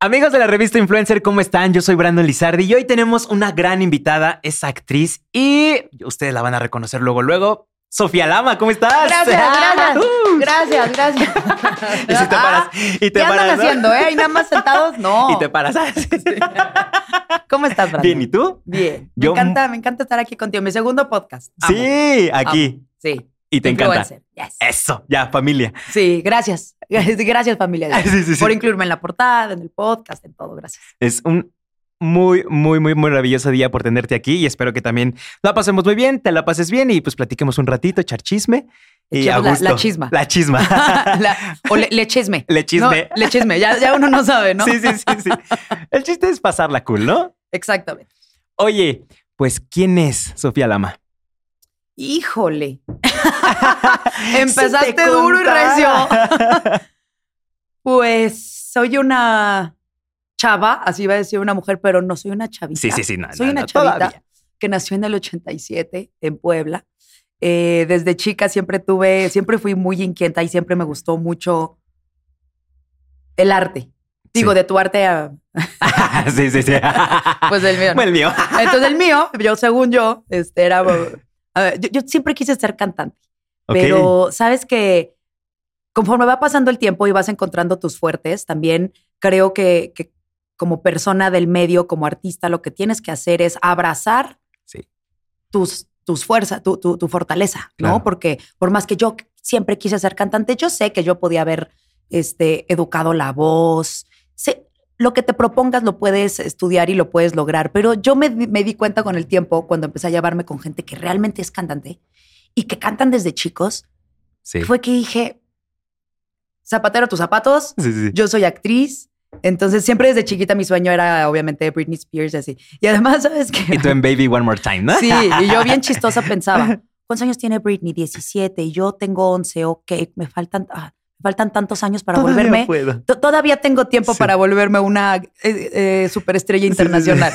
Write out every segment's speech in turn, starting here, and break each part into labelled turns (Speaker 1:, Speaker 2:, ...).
Speaker 1: Amigos de la revista Influencer, ¿cómo están? Yo soy Brandon Lizardi y hoy tenemos una gran invitada, es actriz y ustedes la van a reconocer luego, luego. Sofía Lama, ¿cómo estás?
Speaker 2: Gracias,
Speaker 1: Ah,
Speaker 2: gracias.
Speaker 1: uh.
Speaker 2: Gracias, gracias.
Speaker 1: Y si te paras, y te
Speaker 2: ¿Qué andan
Speaker 1: paras, ¿no?
Speaker 2: haciendo, eh? ¿Y nada más sentados? No.
Speaker 1: Y te paras.
Speaker 2: ¿Cómo estás, Brandon?
Speaker 1: Bien, ¿y tú?
Speaker 2: Bien.
Speaker 1: Yo-
Speaker 2: Me encanta, me encanta estar aquí contigo. Mi segundo podcast. Amo.
Speaker 1: Sí, aquí.
Speaker 2: Sí.
Speaker 1: Y te encanta.
Speaker 2: Influencer. Yes.
Speaker 1: Eso, ya, familia.
Speaker 2: Sí, gracias. Gracias, familia.
Speaker 1: Sí, sí, sí.
Speaker 2: Por incluirme en la portada, en el podcast, en todo. Gracias.
Speaker 1: Es un muy, muy, muy maravilloso día por tenerte aquí y espero que también la pasemos muy bien, te la pases bien y pues platiquemos un ratito, echar chisme. Y a
Speaker 2: Echemos la-
Speaker 1: gusto.
Speaker 2: la chisma.
Speaker 1: La chisma.
Speaker 2: La- o le, le chisme.
Speaker 1: Le chisme.
Speaker 2: No, le chisme. Ya, ya uno no sabe, ¿no?
Speaker 1: Sí, sí, sí, sí. El chiste es pasarla cool, ¿no?
Speaker 2: Exactamente.
Speaker 1: Oye, pues ¿quién es Sofía Lama?
Speaker 2: Híjole. Empezaste
Speaker 1: Si te
Speaker 2: duro y recio.
Speaker 1: contara.
Speaker 2: Pues soy una chava, así iba a decir una mujer, pero no soy una chavita.
Speaker 1: Sí, sí, sí, no,
Speaker 2: Soy
Speaker 1: no,
Speaker 2: una
Speaker 1: no,
Speaker 2: chavita
Speaker 1: todavía.
Speaker 2: que nació en el 87 en Puebla. Eh, desde chica siempre tuve, siempre fui muy inquieta y siempre me gustó mucho el arte. Digo,
Speaker 1: Sí.
Speaker 2: de tu arte a,
Speaker 1: sí, sí, sí.
Speaker 2: pues del mío. ¿no?
Speaker 1: Bueno, el mío.
Speaker 2: Entonces el mío, yo según yo, este era... a ver, yo- yo siempre quise ser cantante.
Speaker 1: Ok.
Speaker 2: Pero sabes que conforme va pasando el tiempo y vas encontrando tus fuertes, también creo que, que como persona del medio, como artista, lo que tienes que hacer es abrazar
Speaker 1: Sí.
Speaker 2: tus, tus fuerzas, tu, tu- tu fortaleza,
Speaker 1: Claro.
Speaker 2: ¿no? Porque por más que yo siempre quise ser cantante, yo sé que yo podía haber este, educado la voz. Sé- lo que te propongas lo puedes estudiar y lo puedes lograr, pero yo me, di- me di cuenta con el tiempo, cuando empecé a llevarme con gente que realmente es cantante y que cantan desde chicos,
Speaker 1: Sí.
Speaker 2: fue que dije, zapatero a tus zapatos,
Speaker 1: Sí, sí, sí.
Speaker 2: yo soy actriz. Entonces, siempre desde chiquita mi sueño era, obviamente, Britney Spears y así. Y además, ¿sabes qué?
Speaker 1: Y tú en Baby One More Time, ¿no?
Speaker 2: Sí, y yo bien chistosa pensaba, ¿cuántos años tiene Britney? 17, y yo tengo 11, ok, me faltan, ah, me faltan tantos años para
Speaker 1: Todavía
Speaker 2: volverme.
Speaker 1: puedo.
Speaker 2: to- Todavía tengo tiempo
Speaker 1: Sí.
Speaker 2: para volverme una eh, eh, superestrella
Speaker 1: sí, sí.
Speaker 2: internacional.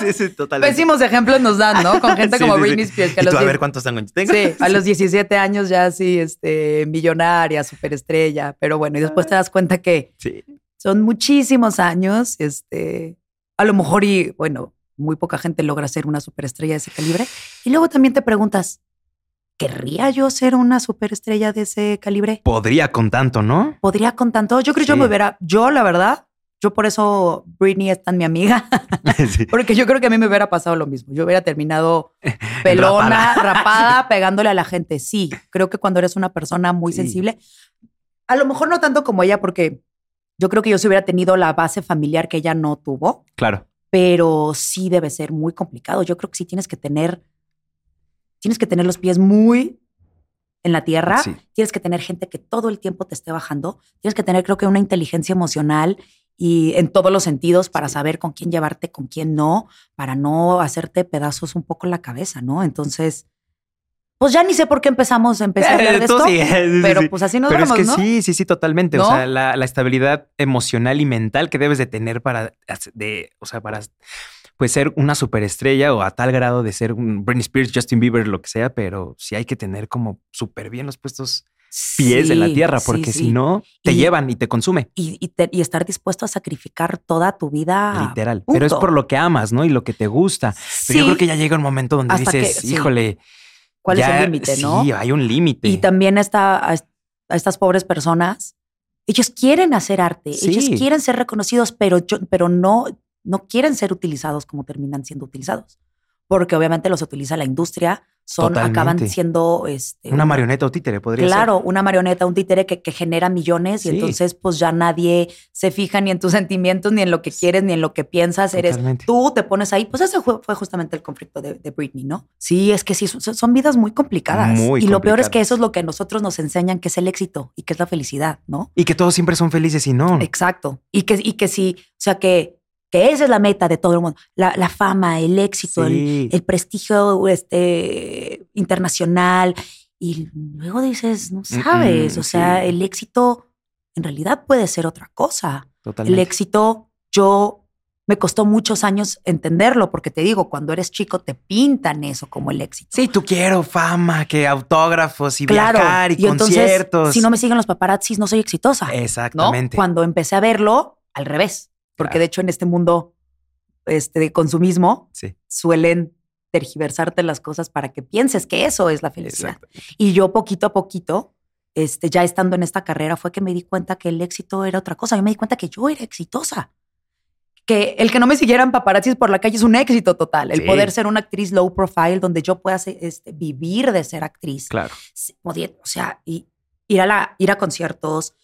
Speaker 1: Sí, sí, totalmente.
Speaker 2: Pésimos ejemplos nos dan, ¿no? Con gente
Speaker 1: Sí,
Speaker 2: como
Speaker 1: sí, sí.
Speaker 2: Britney Spears. Que a
Speaker 1: Y tú,
Speaker 2: Pues los
Speaker 1: a
Speaker 2: diez-
Speaker 1: ver cuántos años tengo.
Speaker 2: Sí, a los 17 años ya sí, este, millonaria, superestrella, pero bueno, y después te das cuenta que
Speaker 1: Sí.
Speaker 2: son muchísimos años, este, a lo mejor y bueno, muy poca gente logra ser una superestrella de ese calibre. Y luego también te preguntas, ¿querría yo ser una superestrella de ese calibre?
Speaker 1: Podría con tanto, ¿no?
Speaker 2: ¿Podría con tanto? Yo creo que yo
Speaker 1: Sí.
Speaker 2: me hubiera, yo la verdad, yo por eso Britney es tan mi amiga.
Speaker 1: Sí.
Speaker 2: Porque yo creo que a mí me hubiera pasado lo mismo. Yo hubiera terminado pelona, rapada. pegándole a la gente. Sí, creo que cuando eres una persona muy
Speaker 1: Sí.
Speaker 2: sensible, a lo mejor no tanto como ella, porque yo creo que yo sí hubiera tenido la base familiar que ella no tuvo,
Speaker 1: Claro.
Speaker 2: pero sí debe ser muy complicado. Yo creo que sí tienes que tener, tienes que tener los pies muy en la tierra,
Speaker 1: Sí.
Speaker 2: tienes que tener gente que todo el tiempo te esté bajando, tienes que tener creo que una inteligencia emocional y en todos los sentidos para saber con quién llevarte, con quién no, para no hacerte pedazos un poco la cabeza, ¿no? Entonces, pues ya ni sé por qué empezamos, empecé a hablar de
Speaker 1: Eh, tú
Speaker 2: esto,
Speaker 1: sí, sí,
Speaker 2: pero
Speaker 1: sí.
Speaker 2: pues así nos
Speaker 1: Pero es
Speaker 2: vamos,
Speaker 1: que
Speaker 2: ¿no?
Speaker 1: sí, sí, sí, totalmente. O
Speaker 2: ¿No?
Speaker 1: sea, la, la estabilidad emocional y mental que debes de tener para, hace- de, o sea, para pues, ser una superestrella o a tal grado de ser un Britney Spears, Justin Bieber, lo que sea, pero sí hay que tener como súper bien los puestos pies de la
Speaker 2: Sí,
Speaker 1: tierra,
Speaker 2: sí,
Speaker 1: porque si
Speaker 2: sí.
Speaker 1: no, te
Speaker 2: Y-
Speaker 1: llevan y te consume,
Speaker 2: Y, y te- y estar dispuesto a sacrificar toda tu vida.
Speaker 1: literal.
Speaker 2: punto.
Speaker 1: Pero es por lo que amas, ¿no? Y lo que te gusta. Pero yo creo que ya llega un momento donde
Speaker 2: Hasta que-
Speaker 1: dices,
Speaker 2: sí.
Speaker 1: híjole.
Speaker 2: ¿Cuál es
Speaker 1: ya-
Speaker 2: el límite, no?
Speaker 1: Sí, hay un límite.
Speaker 2: Y también está a, est- a estas pobres personas. Ellos quieren hacer arte,
Speaker 1: Sí.
Speaker 2: ellos quieren ser reconocidos, pero, yo- pero no, no quieren ser utilizados como terminan siendo utilizados. Porque obviamente los utiliza la industria, son, acaban
Speaker 1: Totalmente.
Speaker 2: siendo este,
Speaker 1: Una marioneta o títere podría ser.
Speaker 2: Claro, una marioneta, un títere que, que genera millones
Speaker 1: Sí.
Speaker 2: y entonces pues ya nadie se fija ni en tus sentimientos, ni en lo que quieres, ni en lo que piensas.
Speaker 1: Totalmente.
Speaker 2: Eres tú, te pones ahí. Pues ese fue, fue justamente el conflicto de, de Britney, ¿no? Sí, es que sí, son, son vidas muy complicadas.
Speaker 1: Muy
Speaker 2: y lo peor es que
Speaker 1: complicadas.
Speaker 2: eso es lo que a nosotros nos enseñan que es el éxito y que es la felicidad, ¿no?
Speaker 1: Y que todos siempre son felices y no.
Speaker 2: Exacto. Y que, y que sí, o sea que, que esa es la meta de todo el mundo. La, la fama, el éxito, el,
Speaker 1: Sí.
Speaker 2: el prestigio este, internacional y luego dices, no sabes,
Speaker 1: Mm,
Speaker 2: o sea,
Speaker 1: sí.
Speaker 2: el éxito en realidad puede ser otra cosa. El
Speaker 1: Totalmente.
Speaker 2: éxito, yo me costó muchos años entenderlo porque te digo, cuando eres chico te pintan eso como el éxito.
Speaker 1: Sí, tú quiero fama, que autógrafos y viajar y,
Speaker 2: entonces,
Speaker 1: conciertos.
Speaker 2: si no me siguen los paparazzis, no soy exitosa. ¿no?
Speaker 1: Exactamente.
Speaker 2: Cuando empecé a verlo, al revés, porque
Speaker 1: Claro.
Speaker 2: de hecho en este mundo este, de consumismo
Speaker 1: Sí,
Speaker 2: suelen tergiversarte las cosas para que pienses que eso es la felicidad.
Speaker 1: exacto.
Speaker 2: Y yo poquito a poquito, este, ya estando en esta carrera, fue que me di cuenta que el éxito era otra cosa. Yo me di cuenta que yo era exitosa. Que el que no me siguieran paparazzis por la calle es un éxito total. El
Speaker 1: Sí.
Speaker 2: poder ser una actriz low profile donde yo pueda ser- este, vivir de ser actriz.
Speaker 1: Claro.
Speaker 2: Sí, podía- o sea, y- ir, a la, ir a conciertos,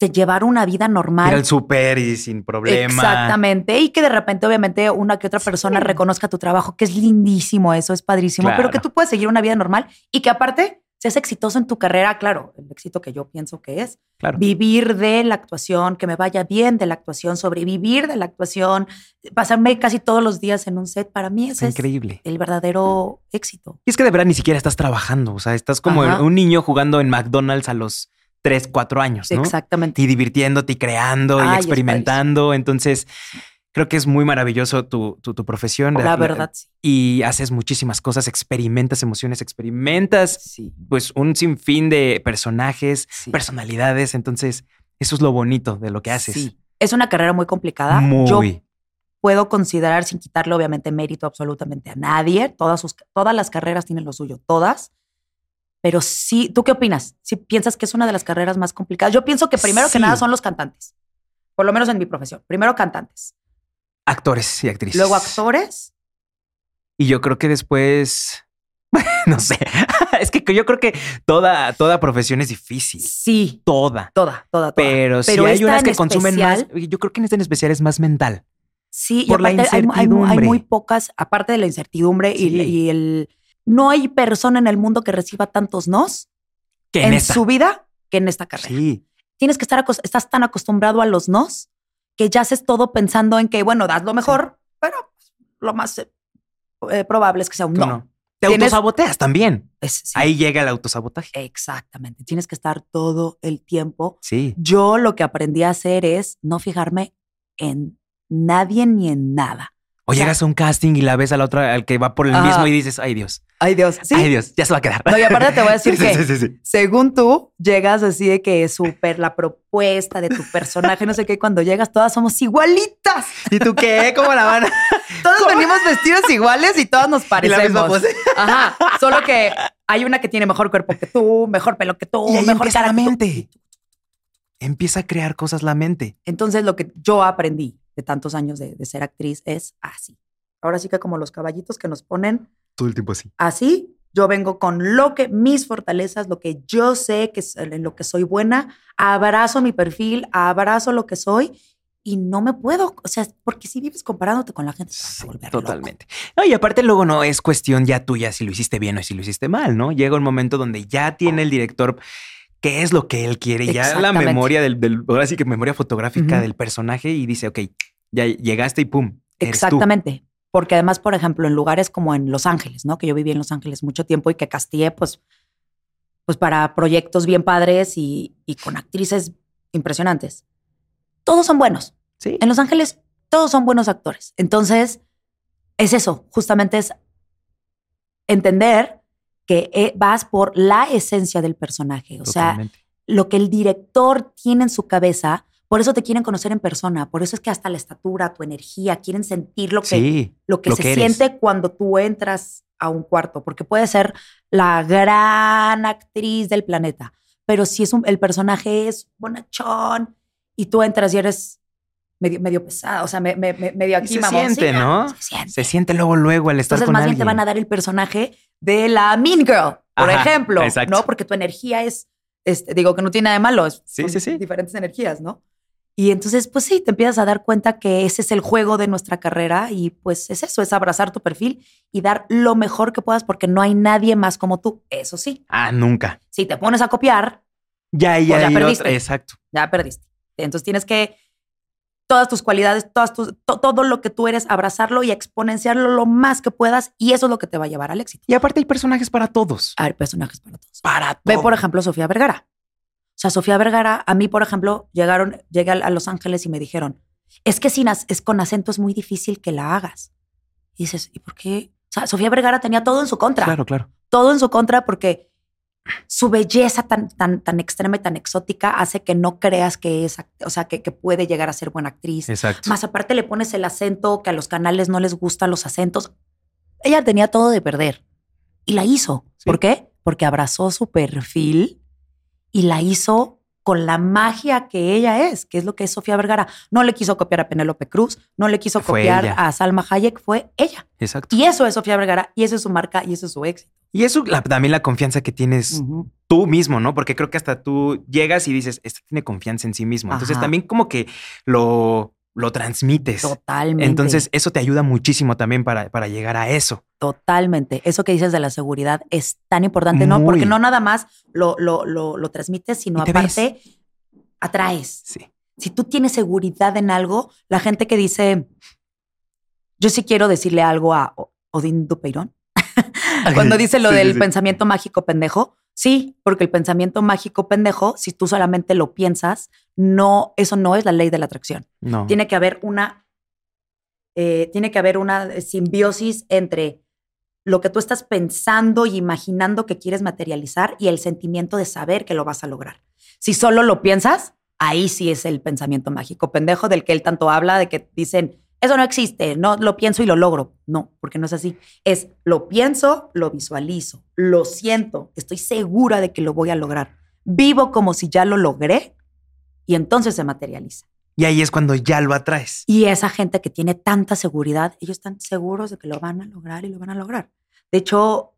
Speaker 2: de llevar una vida normal.
Speaker 1: Ir al súper y sin problema.
Speaker 2: Exactamente. Y que de repente, obviamente, una que otra persona reconozca tu trabajo, que es lindísimo, eso es padrísimo,
Speaker 1: Claro.
Speaker 2: pero que tú puedes seguir una vida normal y que aparte seas exitoso en tu carrera, claro, el éxito que yo pienso que es.
Speaker 1: Claro.
Speaker 2: Vivir de la actuación, que me vaya bien de la actuación, sobrevivir de la actuación, pasarme casi todos los días en un set, para mí
Speaker 1: Está
Speaker 2: ese es
Speaker 1: increíble.
Speaker 2: el verdadero éxito.
Speaker 1: Y es que de verdad ni siquiera estás trabajando. O sea, estás como
Speaker 2: Ajá.
Speaker 1: un niño jugando en McDonald's a los 3, 4 años, ¿no?
Speaker 2: Exactamente.
Speaker 1: Y divirtiéndote y creando
Speaker 2: Ay,
Speaker 1: y
Speaker 2: es
Speaker 1: experimentando. Entonces, creo que es muy maravilloso tu, tu, tu profesión.
Speaker 2: La verdad, sí.
Speaker 1: Y haces muchísimas cosas, experimentas emociones, experimentas
Speaker 2: Sí.
Speaker 1: pues un sinfín de personajes,
Speaker 2: sí.
Speaker 1: personalidades. Entonces, eso es lo bonito de lo que haces.
Speaker 2: Sí. Es una carrera muy complicada.
Speaker 1: Muy.
Speaker 2: Yo puedo considerar, sin quitarle obviamente mérito absolutamente a nadie, todas, sus, todas las carreras tienen lo suyo, todas. Pero sí, ¿tú qué opinas? Si piensas que es una de las carreras más complicadas. Yo pienso que primero que
Speaker 1: Sí.
Speaker 2: nada son los cantantes, por lo menos en mi profesión. Primero cantantes,
Speaker 1: Actores y actrices.
Speaker 2: luego actores.
Speaker 1: Y yo creo que después, no sé, es que yo creo que toda, toda profesión es difícil,
Speaker 2: Sí,
Speaker 1: toda.
Speaker 2: toda, toda, toda.
Speaker 1: Pero, si
Speaker 2: Pero
Speaker 1: hay
Speaker 2: esta
Speaker 1: unas
Speaker 2: en
Speaker 1: que consumen
Speaker 2: especial-
Speaker 1: más, yo creo que en este en especial es más mental.
Speaker 2: Sí,
Speaker 1: Por
Speaker 2: y
Speaker 1: la
Speaker 2: aparte hay, hay- hay
Speaker 1: incertidumbre.
Speaker 2: muy pocas, aparte de la incertidumbre y-
Speaker 1: Sí.
Speaker 2: y, el... No hay persona en el mundo que reciba tantos nos
Speaker 1: Que en,
Speaker 2: en,
Speaker 1: esta.
Speaker 2: su vida que en esta carrera.
Speaker 1: Sí,
Speaker 2: tienes que estar, acos- estás tan acostumbrado a los nos que ya haces todo pensando en que, bueno, das lo mejor, pero lo más eh, eh, probable es que sea un
Speaker 1: tú
Speaker 2: no.
Speaker 1: no. Te
Speaker 2: Tienes-
Speaker 1: autosaboteas también.
Speaker 2: Es- sí,
Speaker 1: Ahí llega el autosabotaje.
Speaker 2: Exactamente. Tienes que estar todo el tiempo.
Speaker 1: Sí,
Speaker 2: Yo lo que aprendí a hacer es no fijarme en nadie ni en nada.
Speaker 1: o
Speaker 2: sea-
Speaker 1: llegas a un casting y la ves a la otra, al que va por el
Speaker 2: Ah.
Speaker 1: mismo y dices, ay Dios,
Speaker 2: Ay, Dios. Sí.
Speaker 1: ay Dios, ya se va a quedar.
Speaker 2: No, y aparte te voy a decir
Speaker 1: Sí,
Speaker 2: que
Speaker 1: sí, sí, sí.
Speaker 2: según tú, llegas así de que es súper la propuesta de tu personaje, no sé qué, y cuando llegas todas somos igualitas.
Speaker 1: ¿Y tú qué? ¿Cómo la van? a-
Speaker 2: Todas venimos vestidas iguales y todas nos
Speaker 1: y
Speaker 2: parecemos.
Speaker 1: la misma pose.
Speaker 2: Ajá. Solo que hay una que tiene mejor cuerpo que tú, mejor pelo que tú,
Speaker 1: y ahí
Speaker 2: mejor
Speaker 1: empieza
Speaker 2: cara
Speaker 1: la
Speaker 2: que tú.
Speaker 1: mente. Empieza a crear cosas la mente.
Speaker 2: Entonces, lo que yo aprendí de tantos años de, de ser actriz es así. Ahora sí que como los caballitos que nos ponen
Speaker 1: Todo el tiempo así.
Speaker 2: así, yo vengo con lo que mis fortalezas, lo que yo sé que es- en lo que soy buena, abrazo mi perfil, abrazo lo que soy y no me puedo, o sea, porque si vives comparándote con la gente, te vas a
Speaker 1: Sí,
Speaker 2: volver loco.
Speaker 1: totalmente. No, y aparte luego no es cuestión ya tuya si lo hiciste bien o si lo hiciste mal, ¿no? Llega un momento donde ya tiene el director qué es lo que él quiere, ya la
Speaker 2: Exactamente.
Speaker 1: memoria del, del- ahora sí que memoria fotográfica
Speaker 2: Ujú.
Speaker 1: del personaje y dice, ok, ya llegaste y pum. eres tú".
Speaker 2: Exactamente. Porque además, por ejemplo, en lugares como en Los Ángeles, ¿no? Que yo viví en Los Ángeles mucho tiempo y que castillé, pues, pues para proyectos bien padres y, y con actrices impresionantes. Todos son buenos.
Speaker 1: Sí.
Speaker 2: En Los Ángeles, todos son buenos actores. Entonces, es eso, justamente es entender que eh, vas por la esencia del personaje. O sea,
Speaker 1: Totalmente.
Speaker 2: lo que el director tiene en su cabeza. Por eso te quieren conocer en persona, por eso es que hasta la estatura, tu energía, quieren sentir lo que,
Speaker 1: sí,
Speaker 2: lo que
Speaker 1: lo
Speaker 2: se
Speaker 1: que eres.
Speaker 2: siente cuando tú entras a un cuarto, porque puede ser la gran actriz del planeta, pero si es un, el personaje es bonachón y tú entras y eres medio, medio pesado, o sea, me- me- me- medio
Speaker 1: Y
Speaker 2: aquí,
Speaker 1: se
Speaker 2: mamoncina,
Speaker 1: siente, ¿no?
Speaker 2: Se siente.
Speaker 1: se siente luego luego al estar
Speaker 2: Entonces,
Speaker 1: con
Speaker 2: más bien
Speaker 1: alguien.
Speaker 2: te van a dar el personaje de la Mean Girl, por
Speaker 1: Ajá,
Speaker 2: ejemplo,
Speaker 1: exacto.
Speaker 2: ¿no? Porque tu energía es, este, digo que no tiene nada de malo, es,
Speaker 1: Sí,
Speaker 2: son
Speaker 1: sí, sí.
Speaker 2: diferentes energías, ¿no? Y entonces, pues sí, te empiezas a dar cuenta que ese es el juego de nuestra carrera y pues es eso, es abrazar tu perfil y dar lo mejor que puedas porque no hay nadie más como tú. Eso sí,
Speaker 1: Ah, nunca.
Speaker 2: si te pones a copiar,
Speaker 1: Ya ahí
Speaker 2: Pues ya
Speaker 1: hay otra-
Speaker 2: perdiste.
Speaker 1: exacto.
Speaker 2: ya perdiste. Entonces tienes que todas tus cualidades, todas tus, to- todo lo que tú eres, abrazarlo y exponenciarlo lo más que puedas y eso es lo que te va a llevar al éxito.
Speaker 1: Y aparte hay personajes para todos.
Speaker 2: Hay personajes para todos.
Speaker 1: Para todos.
Speaker 2: Ve, por ejemplo, Sofía Vergara. O sea, Sofía Vergara, a mí, por ejemplo, llegaron, llegué a Los Ángeles y me dijeron, es que sin ac- es con acento es muy difícil que la hagas. Y dices, ¿y por qué? O sea, Sofía Vergara tenía todo en su contra.
Speaker 1: Claro, claro.
Speaker 2: Todo en su contra porque su belleza tan, tan, tan extrema y tan exótica hace que no creas que es, act- o sea, que, que puede llegar a ser buena actriz.
Speaker 1: Exacto.
Speaker 2: Más aparte le pones el acento, que a los canales no les gustan los acentos. Ella tenía todo de perder y la hizo.
Speaker 1: Sí.
Speaker 2: ¿Por qué? Porque abrazó su perfil y la hizo con la magia que ella es, que es lo que es Sofía Vergara. No le quiso copiar a Penélope Cruz, no le quiso
Speaker 1: Fue
Speaker 2: copiar
Speaker 1: ella.
Speaker 2: a Salma Hayek, fue ella.
Speaker 1: Exacto.
Speaker 2: Y eso es Sofía Vergara, y eso es su marca, y eso es su éxito.
Speaker 1: Y eso la- también la confianza que
Speaker 2: Mm.
Speaker 1: tienes tú mismo, ¿no? Porque creo que hasta tú llegas y dices, este tiene confianza en sí mismo. Entonces
Speaker 2: Ajá.
Speaker 1: también como que lo, lo transmites.
Speaker 2: Totalmente.
Speaker 1: Entonces eso te ayuda muchísimo también para, para llegar a eso.
Speaker 2: Totalmente. Eso que dices de la seguridad es tan importante, ¿no?
Speaker 1: Muy.
Speaker 2: Porque no nada más lo, lo, lo, lo transmites, sino
Speaker 1: Y te
Speaker 2: aparte atraes.
Speaker 1: Sí.
Speaker 2: Si tú tienes seguridad en algo, la gente que dice, yo sí quiero decirle algo a O- Odín Dupeirón, cuando dice lo
Speaker 1: Sí, sí,
Speaker 2: del
Speaker 1: sí.
Speaker 2: pensamiento mágico pendejo, sí, porque el pensamiento mágico pendejo, si tú solamente lo piensas, no, eso no es la ley de la atracción.
Speaker 1: No.
Speaker 2: Tiene que haber una. eh, tiene que haber una simbiosis entre lo que tú estás pensando y imaginando que quieres materializar y el sentimiento de saber que lo vas a lograr. Si solo lo piensas, ahí sí es el pensamiento mágico pendejo del que él tanto habla, de que dicen, eso no existe, no lo pienso y lo logro. No, porque no es así. Es lo pienso, lo visualizo, lo siento, estoy segura de que lo voy a lograr. Vivo como si ya lo logré y entonces se materializa.
Speaker 1: Y ahí es cuando ya lo atraes.
Speaker 2: Y esa gente que tiene tanta seguridad, ellos están seguros de que lo van a lograr y lo van a lograr. De hecho,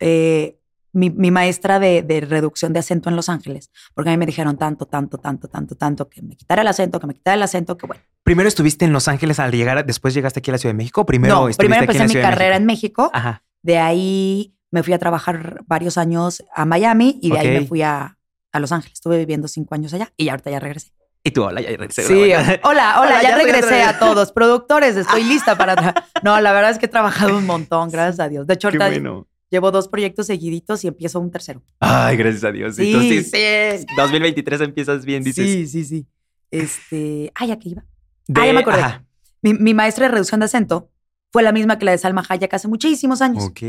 Speaker 2: eh, mi, mi maestra de, de reducción de acento en Los Ángeles, porque a mí me dijeron tanto, tanto, tanto, tanto, tanto, que me quitara el acento, que me quitara el acento, que bueno.
Speaker 1: Primero estuviste en Los Ángeles al llegar, a- después llegaste aquí a la Ciudad de México. Primero
Speaker 2: no,
Speaker 1: estuviste
Speaker 2: primero
Speaker 1: aquí en
Speaker 2: empecé
Speaker 1: la
Speaker 2: mi
Speaker 1: Ciudad de
Speaker 2: carrera en México,
Speaker 1: México. Ah. Ajá.
Speaker 2: de ahí me fui a trabajar varios años a Miami y de ahí me
Speaker 1: Ok.
Speaker 2: fui a, a Los Ángeles. Estuve viviviendo cinco años allá y ya ahorita ya regresé.
Speaker 1: Y tú, hola, ya regresé.
Speaker 2: Sí,
Speaker 1: hola,
Speaker 2: hola,
Speaker 1: hola.
Speaker 2: hola,
Speaker 1: Hola,
Speaker 2: ya,
Speaker 1: ya estoy
Speaker 2: regresé
Speaker 1: otra vez.
Speaker 2: a todos. Productores, estoy lista para... tra- No, la verdad es que he trabajado un montón, gracias a Dios. De hecho,
Speaker 1: Qué
Speaker 2: ahorita
Speaker 1: bueno.
Speaker 2: llevo dos proyectos seguiditos y empiezo un tercero.
Speaker 1: Ay, gracias a Dios.
Speaker 2: Sí,
Speaker 1: Entonces, 2023 empiezas bien, dices.
Speaker 2: Sí, sí, sí. Este, ay, ¿a qué iba? Ah, ya me acordé.
Speaker 1: ajá.
Speaker 2: Mi, mi maestra de reducción de acento fue la misma que la de Salma Hayek hace muchísimos años.
Speaker 1: Ok.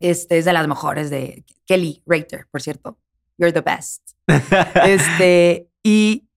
Speaker 2: Este, es de las mejores de Kelly Rater, por cierto. You're the best. Este, y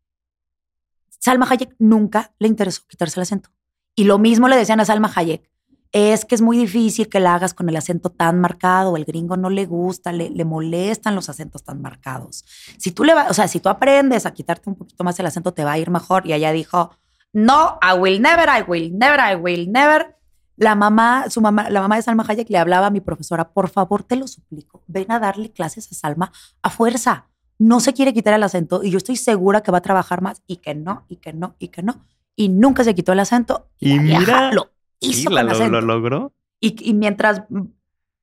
Speaker 2: Salma Hayek nunca le interesó quitarse el acento. Y lo mismo le decían a Salma Hayek. Es que es muy difícil que la hagas con el acento tan marcado. El gringo no le gusta, le, le molestan los acentos tan marcados. Si tú le va- o sea, si tú aprendes a quitarte un poquito más el acento, te va a ir mejor. Y ella dijo, no, I will never, I will never, I will never. La mamá, su mamá, la mamá de Salma Hayek le hablaba a mi profesora, por favor, te lo suplico, ven a darle clases a Salma a fuerza no se quiere quitar el acento y yo estoy segura que va a trabajar más y que no, y que no, y que no. Y nunca se quitó el acento.
Speaker 1: Y
Speaker 2: la vieja
Speaker 1: mira,
Speaker 2: lo
Speaker 1: Sí,
Speaker 2: hizo
Speaker 1: la-
Speaker 2: con
Speaker 1: lo,
Speaker 2: acento.
Speaker 1: lo logró.
Speaker 2: Y, y mientras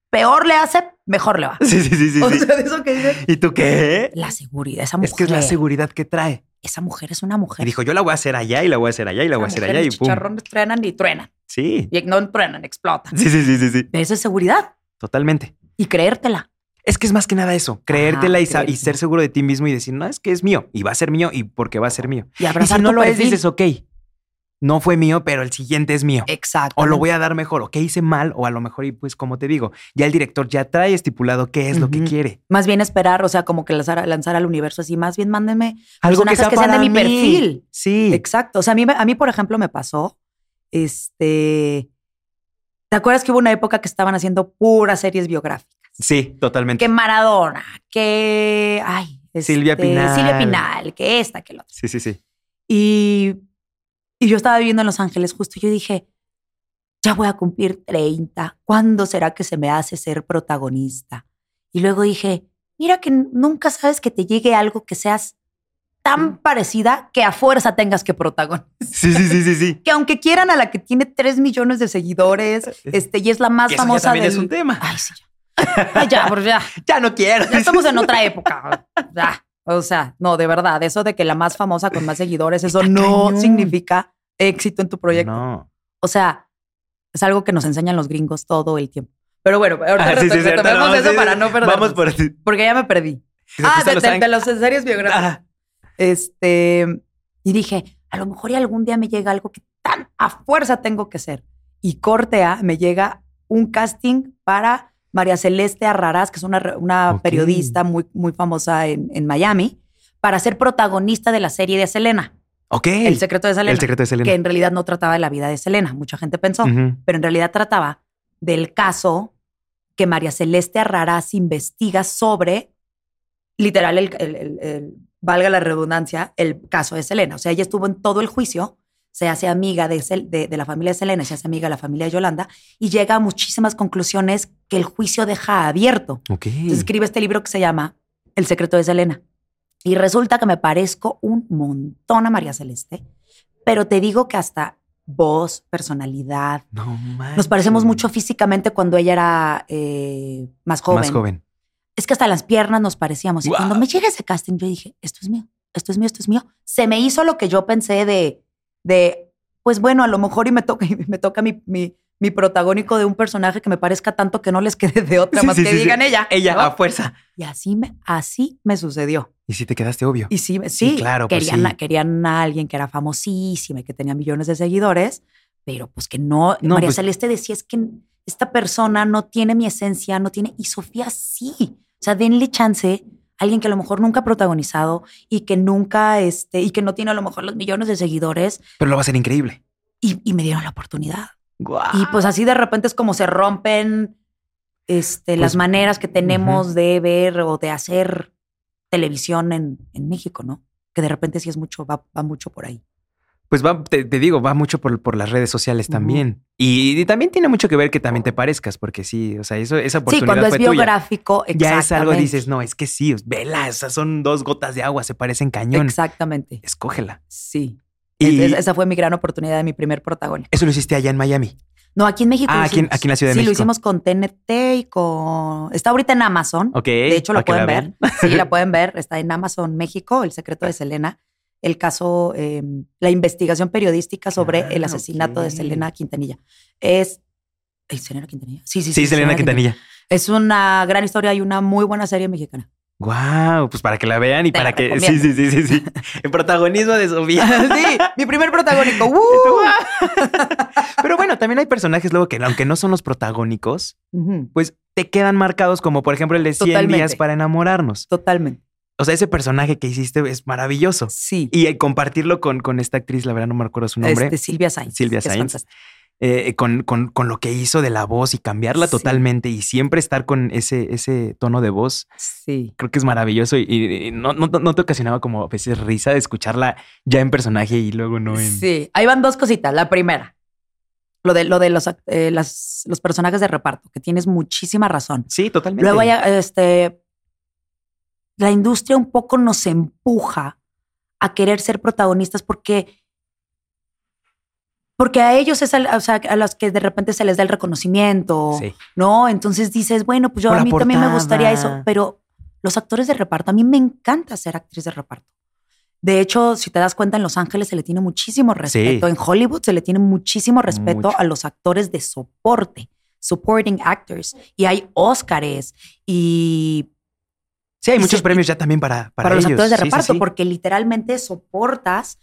Speaker 2: peor le hace, mejor le va.
Speaker 1: Sí, sí, sí, sí.
Speaker 2: o
Speaker 1: sí.
Speaker 2: sea, de eso que dice.
Speaker 1: ¿Y tú qué?
Speaker 2: La seguridad, esa mujer.
Speaker 1: Es que es la seguridad que trae.
Speaker 2: Esa mujer es una mujer.
Speaker 1: Y dijo, yo la voy a hacer allá y la voy a hacer allá y la voy a
Speaker 2: Esa
Speaker 1: hacer
Speaker 2: mujer,
Speaker 1: allá y
Speaker 2: los
Speaker 1: pum.
Speaker 2: chicharrones truenan y truenan.
Speaker 1: Sí.
Speaker 2: Y no truenan, explotan.
Speaker 1: Sí, sí, sí, sí, sí.
Speaker 2: Eso es seguridad.
Speaker 1: Totalmente.
Speaker 2: Y creértela.
Speaker 1: Es que es más que nada
Speaker 2: Ah,
Speaker 1: eso, creértela y, sa- y
Speaker 2: creértela.
Speaker 1: ser seguro de ti mismo y decir, no, es que es mío y va a ser mío y porque va a ser mío.
Speaker 2: Y
Speaker 1: Y
Speaker 2: abrazar
Speaker 1: si no
Speaker 2: tu
Speaker 1: lo ves,
Speaker 2: perfil.
Speaker 1: dices, ok, no fue mío, pero el siguiente es
Speaker 2: Eh,
Speaker 1: mío.
Speaker 2: Exacto.
Speaker 1: O lo voy a dar mejor, o qué hice mal, o a lo mejor, y pues como te digo, ya el director ya trae estipulado qué es lo que
Speaker 2: Ujú.
Speaker 1: quiere.
Speaker 2: Más bien esperar, o sea, como que lanzar, lanzar al universo así. Más bien mándenme
Speaker 1: Algo que
Speaker 2: Personajes
Speaker 1: sea
Speaker 2: que sean de
Speaker 1: para
Speaker 2: mi
Speaker 1: mí.
Speaker 2: perfil.
Speaker 1: Sí.
Speaker 2: Exacto. O sea, a mí, me- a mí, por ejemplo, me pasó, este, ¿te acuerdas que hubo una época que estaban haciendo puras series biográficas?
Speaker 1: sí, totalmente.
Speaker 2: Que Maradona, que, ay,
Speaker 1: Silvia
Speaker 2: este,
Speaker 1: Pinal.
Speaker 2: Silvia Pinal, que esta, que la otra.
Speaker 1: Sí, sí, sí.
Speaker 2: Y, y yo estaba viviendo en Los Ángeles justo y yo dije, ya voy a cumplir 30, ¿cuándo será que se me hace ser protagonista? Y luego dije, mira que n- nunca sabes que te llegue algo que seas
Speaker 1: Mm.
Speaker 2: tan parecida que a fuerza tengas que protagonizar.
Speaker 1: Sí, sí, sí, sí, sí.
Speaker 2: Que aunque quieran a la que tiene 3 millones de seguidores este, y es la más
Speaker 1: Que eso ya
Speaker 2: famosa
Speaker 1: también
Speaker 2: del...
Speaker 1: es un tema.
Speaker 2: Ay, sí, ya. Ay, ya, por ya.
Speaker 1: Ya no quiero.
Speaker 2: Ya estamos en otra época. Ya. O sea, no, de verdad, eso de que la más famosa con más seguidores, eso
Speaker 1: Está
Speaker 2: no
Speaker 1: cañón.
Speaker 2: significa éxito en tu proyecto.
Speaker 1: No.
Speaker 2: O sea, es algo que nos enseñan los gringos todo el tiempo. Pero bueno, ahorita
Speaker 1: Ah, sí, sí,
Speaker 2: reto-
Speaker 1: es cierto,
Speaker 2: retomemos
Speaker 1: no,
Speaker 2: eso
Speaker 1: sí,
Speaker 2: para
Speaker 1: sí.
Speaker 2: no perdernos.
Speaker 1: Vamos por ti.
Speaker 2: Porque ya me perdí.
Speaker 1: Que se
Speaker 2: Ah,
Speaker 1: puso
Speaker 2: de,
Speaker 1: los
Speaker 2: de-
Speaker 1: ang-
Speaker 2: de los series biográficos.
Speaker 1: Ah,
Speaker 2: Este, y dije, a lo mejor y algún día me llega algo que tan a fuerza tengo que ser. Y corte A, me llega un casting para María Celeste Arrarás, que es una, re- una
Speaker 1: Ok.
Speaker 2: periodista muy, muy famosa en, en Miami, para ser protagonista de la serie de Selena,
Speaker 1: Ok.
Speaker 2: El secreto de Selena,
Speaker 1: El secreto de Selena.
Speaker 2: que en realidad no trataba de la vida de Selena, mucha gente pensó,
Speaker 1: Ujú.
Speaker 2: pero en realidad trataba del caso que María Celeste Arrarás investiga sobre, literal, el, el- el- el- valga la redundancia, el caso de Selena. O sea, ella estuvo en todo el juicio, se hace amiga de, Sel- de- de la familia de Selena, se hace amiga de la familia de Yolanda y llega a muchísimas conclusiones que el juicio deja abierto.
Speaker 1: Ok.
Speaker 2: Entonces escribe este libro que se llama El secreto de Selena. Y resulta que me parezco un montón a María Celeste, pero te digo que hasta voz, personalidad,
Speaker 1: No manches.
Speaker 2: nos parecemos mucho físicamente cuando ella era eh, más joven.
Speaker 1: Más joven.
Speaker 2: Es que hasta las piernas nos parecíamos. Y
Speaker 1: Guau.
Speaker 2: cuando me llega ese casting, yo dije, esto es mío, esto es mío, esto es mío. Se me hizo lo que yo pensé de, de pues bueno, a lo mejor y me toca, y me toca mi, mi, mi protagónico de un personaje que me parezca tanto que no les quede de otra
Speaker 1: Sí,
Speaker 2: más
Speaker 1: sí,
Speaker 2: que
Speaker 1: sí, sí.
Speaker 2: digan ella.
Speaker 1: Ella, ah.
Speaker 2: ¿no?
Speaker 1: a fuerza.
Speaker 2: Y así me, así me sucedió.
Speaker 1: Y si te quedaste obvio.
Speaker 2: Y sí, me- sí,
Speaker 1: claro, pues
Speaker 2: querían,
Speaker 1: sí.
Speaker 2: a- querían a alguien que era famosísima y que tenía millones de seguidores, pero pues que no.
Speaker 1: No,
Speaker 2: María
Speaker 1: pues-
Speaker 2: Celeste decía es que esta persona no tiene mi esencia, no tiene. Y Sofía sí. O sea, denle chance a alguien que a lo mejor nunca ha protagonizado y que nunca, este, y que no tiene a lo mejor los millones de seguidores.
Speaker 1: Pero lo va a ser increíble.
Speaker 2: Y, y me dieron la oportunidad.
Speaker 1: Guau.
Speaker 2: Y pues así de repente es como se rompen este, las
Speaker 1: Pues,
Speaker 2: maneras que tenemos de ver o de hacer televisión en, en México, ¿no? Que de repente sí es mucho, va, va mucho por ahí.
Speaker 1: Pues va, te, te digo, va mucho por, por las redes sociales
Speaker 2: Ujú.
Speaker 1: también. Y, y también tiene mucho que ver que también te parezcas, porque sí, o sea, eso, esa
Speaker 2: Sí,
Speaker 1: oportunidad
Speaker 2: cuando es
Speaker 1: fue tuya.
Speaker 2: biográfico,
Speaker 1: Ya es algo,
Speaker 2: exactamente.
Speaker 1: dices, no, es que sí, vela, esas son dos gotas de agua, se parecen cañón.
Speaker 2: Exactamente,
Speaker 1: Escógela.
Speaker 2: sí.
Speaker 1: Y
Speaker 2: Entonces, esa fue mi gran oportunidad de mi primer protagónico.
Speaker 1: eso lo hiciste allá en Miami.
Speaker 2: No, aquí en México.
Speaker 1: Ah,
Speaker 2: lo
Speaker 1: aquí en-
Speaker 2: hicimos.
Speaker 1: aquí en la Ciudad de
Speaker 2: Sí, lo
Speaker 1: México.
Speaker 2: hicimos con TNT y con... Está ahorita en Amazon.
Speaker 1: Ok.
Speaker 2: De hecho,
Speaker 1: Eh, para
Speaker 2: la
Speaker 1: que
Speaker 2: pueden
Speaker 1: la
Speaker 2: ver. Sí, la pueden ver. Está en Amazon México, El secreto de Selena. El caso, eh, la investigación periodística sobre el
Speaker 1: Ah,
Speaker 2: asesinato
Speaker 1: ok.
Speaker 2: de Selena Quintanilla. Es. ¿Es Selena Quintanilla? Sí, sí, sí.
Speaker 1: Sí, Selena Quintanilla.
Speaker 2: Es una gran historia y una muy buena serie mexicana.
Speaker 1: Wow, pues para que la vean y
Speaker 2: Te
Speaker 1: para
Speaker 2: la
Speaker 1: que. Sí,
Speaker 2: recomiendo.
Speaker 1: sí, sí, sí, sí. El protagonismo de Sofía.
Speaker 2: sí, mi primer protagónico. ¡Uh!
Speaker 1: Pero bueno, también hay personajes luego que, aunque no son los protagónicos,
Speaker 2: Ujú,
Speaker 1: pues te quedan marcados, como por ejemplo el de 100 días
Speaker 2: Totalmente.
Speaker 1: para enamorarnos.
Speaker 2: Totalmente.
Speaker 1: O sea, ese personaje que hiciste es maravilloso.
Speaker 2: Sí.
Speaker 1: Y el compartirlo con, con esta actriz, la verdad no me acuerdo su nombre,
Speaker 2: Este, Silvia Sainz.
Speaker 1: Silvia
Speaker 2: que es
Speaker 1: Sainz.
Speaker 2: fantástica.
Speaker 1: eh, con, con- con lo que hizo de la voz y cambiarla
Speaker 2: Sí.
Speaker 1: totalmente y siempre estar con ese, ese tono de voz,
Speaker 2: Sí.
Speaker 1: creo que es maravilloso y, y no, no- no te ocasionaba como a veces risa de escucharla ya en personaje y luego no en...
Speaker 2: Sí, ahí van dos cositas. La primera, lo de, lo de los, act- eh, las- los personajes de reparto, que tienes muchísima razón.
Speaker 1: Sí, totalmente.
Speaker 2: Luego hay, este, la industria un poco nos empuja a querer ser protagonistas porque, porque a ellos es al- o sea, a los que de repente se les da el reconocimiento,
Speaker 1: Sí.
Speaker 2: ¿no? Entonces dices, bueno, pues yo
Speaker 1: O
Speaker 2: a
Speaker 1: la
Speaker 2: mí también me
Speaker 1: portada.
Speaker 2: gustaría eso, pero los actores de reparto, a mí me encanta ser actriz de reparto. De hecho, si te das cuenta, en Los Ángeles se le tiene muchísimo respeto, en Hollywood se le tiene muchísimo respeto
Speaker 1: Mucho.
Speaker 2: a los actores de soporte, supporting actors, y hay Óscares y
Speaker 1: Sí, hay
Speaker 2: Y
Speaker 1: muchos
Speaker 2: se-
Speaker 1: premios ya también para, para,
Speaker 2: para, los
Speaker 1: ellos.
Speaker 2: actores de
Speaker 1: Sí, sí,
Speaker 2: reparto,
Speaker 1: sí.
Speaker 2: porque literalmente soportas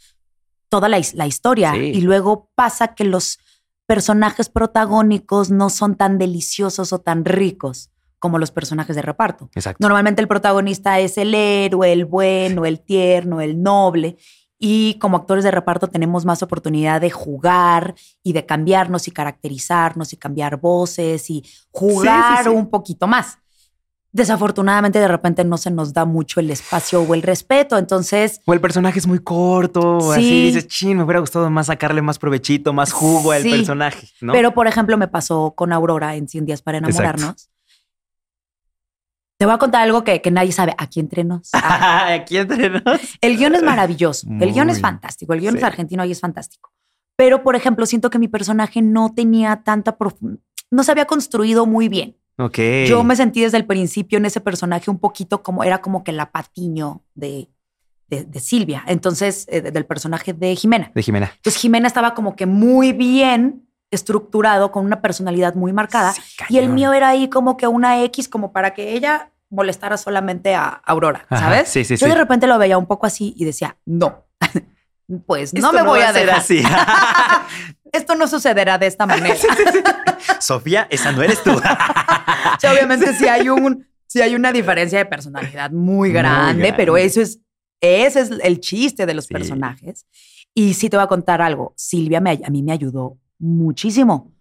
Speaker 2: toda la, his- la historia
Speaker 1: Sí.
Speaker 2: y luego pasa que los personajes protagónicos no son tan deliciosos o tan ricos como los personajes de reparto.
Speaker 1: Exacto.
Speaker 2: Normalmente el protagonista es el héroe, el bueno, el tierno, el noble. Y como actores de reparto tenemos más oportunidad de jugar y de cambiarnos y caracterizarnos y cambiar voces y jugar
Speaker 1: sí.
Speaker 2: un poquito más. Desafortunadamente de repente no se nos da mucho el espacio o el respeto. Entonces,
Speaker 1: O el personaje es muy corto, o así
Speaker 2: Sí.
Speaker 1: dices, chin, me hubiera gustado más sacarle más provechito, más jugo al
Speaker 2: Sí,
Speaker 1: personaje, ¿no?
Speaker 2: Pero, por ejemplo, me pasó con Aurora en 100 días para
Speaker 1: Exacto.
Speaker 2: enamorarnos. Te voy a contar algo que, que nadie sabe. Aquí entre nos. Ah,
Speaker 1: Aquí entre nos.
Speaker 2: el guión es maravilloso. El guión es
Speaker 1: Muy.
Speaker 2: fantástico. El guión
Speaker 1: Sí.
Speaker 2: es argentino y es fantástico. Pero, por ejemplo, siento que mi personaje no tenía tanta profundidad. No se había construido muy bien.
Speaker 1: Ok.
Speaker 2: Yo me sentí desde el principio en ese personaje un poquito como era como que la patiño de, de- de Silvia. Entonces, eh, del personaje de Jimena.
Speaker 1: De Jimena.
Speaker 2: Entonces Jimena estaba como que muy bien estructurado, con una personalidad muy marcada.
Speaker 1: Sí,
Speaker 2: y el
Speaker 1: cañón.
Speaker 2: mío era ahí como que una X, como para que ella molestara solamente a Aurora,
Speaker 1: Ajá,
Speaker 2: ¿sabes?
Speaker 1: sí, sí,
Speaker 2: Yo
Speaker 1: sí.
Speaker 2: de repente lo veía un poco así y decía, no, pues no
Speaker 1: Esto
Speaker 2: me voy
Speaker 1: va
Speaker 2: a
Speaker 1: ser
Speaker 2: dejar.
Speaker 1: así.
Speaker 2: Esto no sucederá de esta manera.
Speaker 1: Sofía, esa no eres tú.
Speaker 2: O sea, obviamente sí hay un, sí hay una diferencia de personalidad muy
Speaker 1: Muy
Speaker 2: grande,
Speaker 1: grande.
Speaker 2: pero eso es, ese es el chiste de los
Speaker 1: Sí.
Speaker 2: personajes. Y sí te voy a contar algo. Silvia me, ay- a mí me ayudó muchísimo.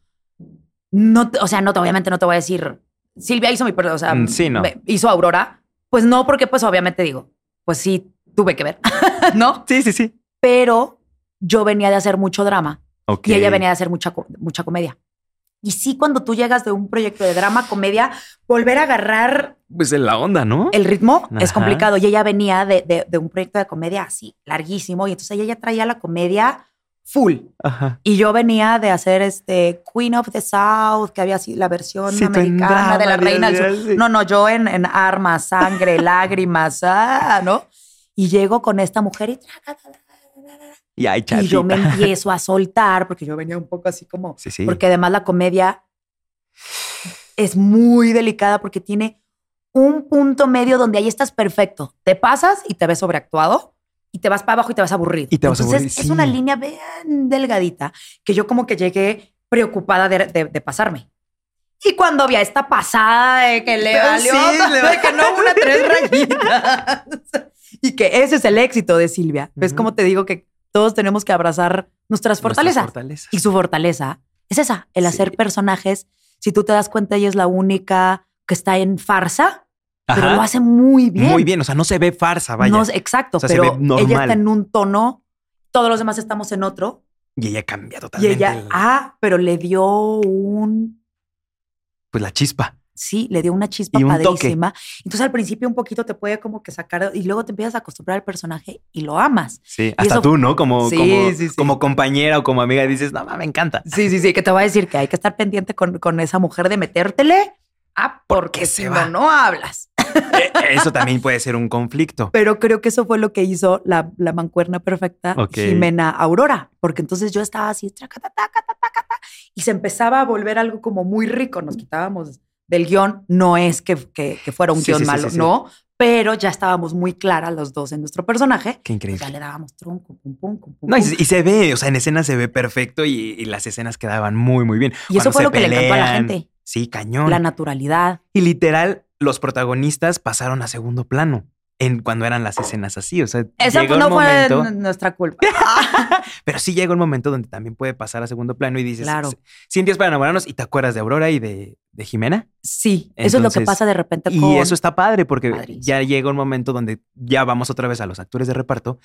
Speaker 2: No, te- o sea, no te- obviamente no te voy a decir. Silvia hizo mi, per- o sea,
Speaker 1: Mm, sí, no.
Speaker 2: me- hizo Aurora. Pues no, porque pues obviamente digo, pues sí tuve que ver, ¿no?
Speaker 1: sí, sí, sí.
Speaker 2: Pero yo venía de hacer mucho drama.
Speaker 1: Ok.
Speaker 2: Y ella venía a hacer mucha, co- mucha comedia. Y sí, cuando tú llegas de un proyecto de drama, comedia, volver a agarrar
Speaker 1: Pues en la onda, ¿no?
Speaker 2: el ritmo es
Speaker 1: Ajá.
Speaker 2: complicado. Y ella venía de, de- de un proyecto de comedia así, larguísimo. Y entonces ella ya traía la comedia full.
Speaker 1: Ajá.
Speaker 2: Y yo venía de hacer este Queen of the South, que había sido la versión
Speaker 1: Sí, tú en
Speaker 2: americana de
Speaker 1: drama,
Speaker 2: la
Speaker 1: Dios
Speaker 2: Reina del Sur.
Speaker 1: mío, sí.
Speaker 2: No, no, yo en, en armas, sangre, lágrimas, ah, ¿no? Y llego con esta mujer y traca, traca, traca,
Speaker 1: Y ay,
Speaker 2: y yo me
Speaker 1: chatita.
Speaker 2: empiezo a soltar, porque yo venía un poco así como,
Speaker 1: Sí, sí.
Speaker 2: porque además la comedia es muy delicada porque tiene un punto medio donde ahí estás perfecto. Te pasas y te ves sobreactuado y te vas para abajo y te vas aburrido.
Speaker 1: Y te vas
Speaker 2: Entonces
Speaker 1: aburrido,
Speaker 2: es
Speaker 1: sí.
Speaker 2: una línea bien delgadita que yo como que llegué preocupada de, de- de pasarme. Y cuando vi a esta pasada de que le
Speaker 1: Pero
Speaker 2: valió,
Speaker 1: Ah, sí, le va-
Speaker 2: de que no una tres rayitas. Y que ese es el éxito de Silvia. ¿Ves
Speaker 1: Ujú.
Speaker 2: cómo te digo que todos tenemos que abrazar nuestras fortalezas?
Speaker 1: Fortaleza.
Speaker 2: Y su fortaleza es esa, el
Speaker 1: Sí.
Speaker 2: hacer personajes. Si tú te das cuenta, ella es la única que está en farsa, pero lo hace muy bien.
Speaker 1: Muy bien, o sea, no se ve farsa, vaya.
Speaker 2: No, exacto,
Speaker 1: O sea, se
Speaker 2: pero
Speaker 1: ve normal.
Speaker 2: ella está en un tono, todos los demás estamos en otro.
Speaker 1: Y ella cambia totalmente.
Speaker 2: Y ella,
Speaker 1: el-
Speaker 2: ah, pero le dio un,
Speaker 1: Pues la chispa.
Speaker 2: sí, le dio una chispa
Speaker 1: Y un toque.
Speaker 2: padrísima. Entonces al principio un poquito te puede como que sacar y luego te empiezas a acostumbrar al personaje y lo amas.
Speaker 1: Sí, hasta
Speaker 2: eso-
Speaker 1: tú, ¿no? Como,
Speaker 2: Sí,
Speaker 1: como,
Speaker 2: sí, sí.
Speaker 1: como compañera o como amiga dices, no, ma, me encanta.
Speaker 2: Sí, sí, sí, que te va a decir que hay que estar pendiente con, con esa mujer de metértele. Ah, porque
Speaker 1: qué se
Speaker 2: si
Speaker 1: va?
Speaker 2: no, no hablas.
Speaker 1: Eh, Eso también puede ser un conflicto.
Speaker 2: Pero creo que eso fue lo que hizo la, la mancuerna perfecta
Speaker 1: Ok.
Speaker 2: Jimena Aurora, porque entonces yo estaba así, traca, ta, ta, ca, ta, ta, ca, ta, y se empezaba a volver algo como muy rico. Nos quitábamos del guión, no es que, que- que fuera un
Speaker 1: Sí,
Speaker 2: guión
Speaker 1: sí, sí,
Speaker 2: malo,
Speaker 1: sí, sí.
Speaker 2: no, pero ya estábamos muy claras los dos en nuestro personaje.
Speaker 1: Qué
Speaker 2: Pues ya
Speaker 1: increíble.
Speaker 2: le dábamos tronco, pum, pum, pum, pum,
Speaker 1: No, y,
Speaker 2: pum.
Speaker 1: y se ve, o sea, en escena se ve perfecto y, y las escenas quedaban muy, muy bien.
Speaker 2: Y eso
Speaker 1: Cuando
Speaker 2: fue
Speaker 1: se
Speaker 2: lo que le encantó a la
Speaker 1: pelean,
Speaker 2: gente,
Speaker 1: Sí, cañón.
Speaker 2: la naturalidad.
Speaker 1: Y literal, los protagonistas pasaron a segundo plano en cuando eran las escenas así. O sea,
Speaker 2: Esa
Speaker 1: llega
Speaker 2: no
Speaker 1: un
Speaker 2: fue
Speaker 1: momento,
Speaker 2: n- nuestra culpa.
Speaker 1: pero sí llega un momento donde también puede pasar a segundo plano y dices,
Speaker 2: Claro.
Speaker 1: Sin días para enamorarnos y te acuerdas de Aurora y de, de Jimena.
Speaker 2: Sí, eso es lo que
Speaker 1: Entonces,
Speaker 2: pasa de repente con...
Speaker 1: Y eso está padre porque
Speaker 2: Padrísimo.
Speaker 1: ya llega un momento donde ya vamos otra vez a los actores de reparto,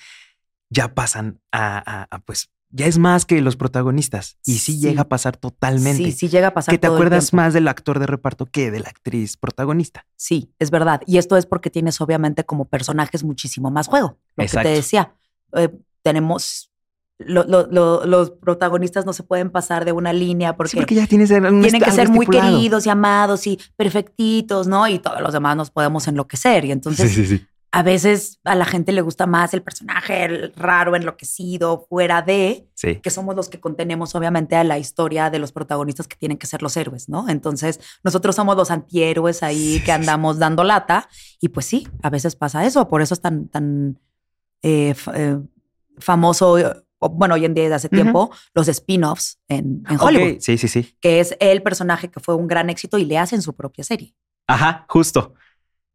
Speaker 1: ya pasan a, a- a, pues, ya es más que los protagonistas. Y sí,
Speaker 2: Sí.
Speaker 1: llega a pasar totalmente.
Speaker 2: Sí, sí llega a pasar
Speaker 1: que te
Speaker 2: todo el
Speaker 1: acuerdas
Speaker 2: tiempo.
Speaker 1: más del actor de reparto que de la actriz protagonista.
Speaker 2: Sí, es verdad. Y esto es porque tienes obviamente como personajes muchísimo más juego. Lo
Speaker 1: Exacto.
Speaker 2: que te decía, eh, tenemos... lo- lo- lo- los protagonistas no se pueden pasar de una línea porque,
Speaker 1: Sí, porque ya tienes un
Speaker 2: tienen
Speaker 1: est-
Speaker 2: que
Speaker 1: algo
Speaker 2: ser muy
Speaker 1: estipulado.
Speaker 2: queridos y amados y perfectitos, ¿no? Y todos los demás nos podemos enloquecer. Y entonces
Speaker 1: sí, sí.
Speaker 2: a veces a la gente le gusta más el personaje el raro, enloquecido, fuera de...
Speaker 1: Sí.
Speaker 2: que somos los que contenemos obviamente a la historia de los protagonistas que tienen que ser los héroes, ¿no? Entonces, nosotros somos los antihéroes ahí
Speaker 1: Sí, sí, sí.
Speaker 2: que andamos dando lata y pues sí, a veces pasa eso, por eso es tan, tan eh, fa- eh, famoso, eh, o- bueno, hoy en día desde hace
Speaker 1: Ujú.
Speaker 2: tiempo, los spin-offs en, en Hollywood,
Speaker 1: Ok, Sí, sí, sí.
Speaker 2: que es el personaje que fue un gran éxito y le hacen su propia serie.
Speaker 1: Ajá, justo.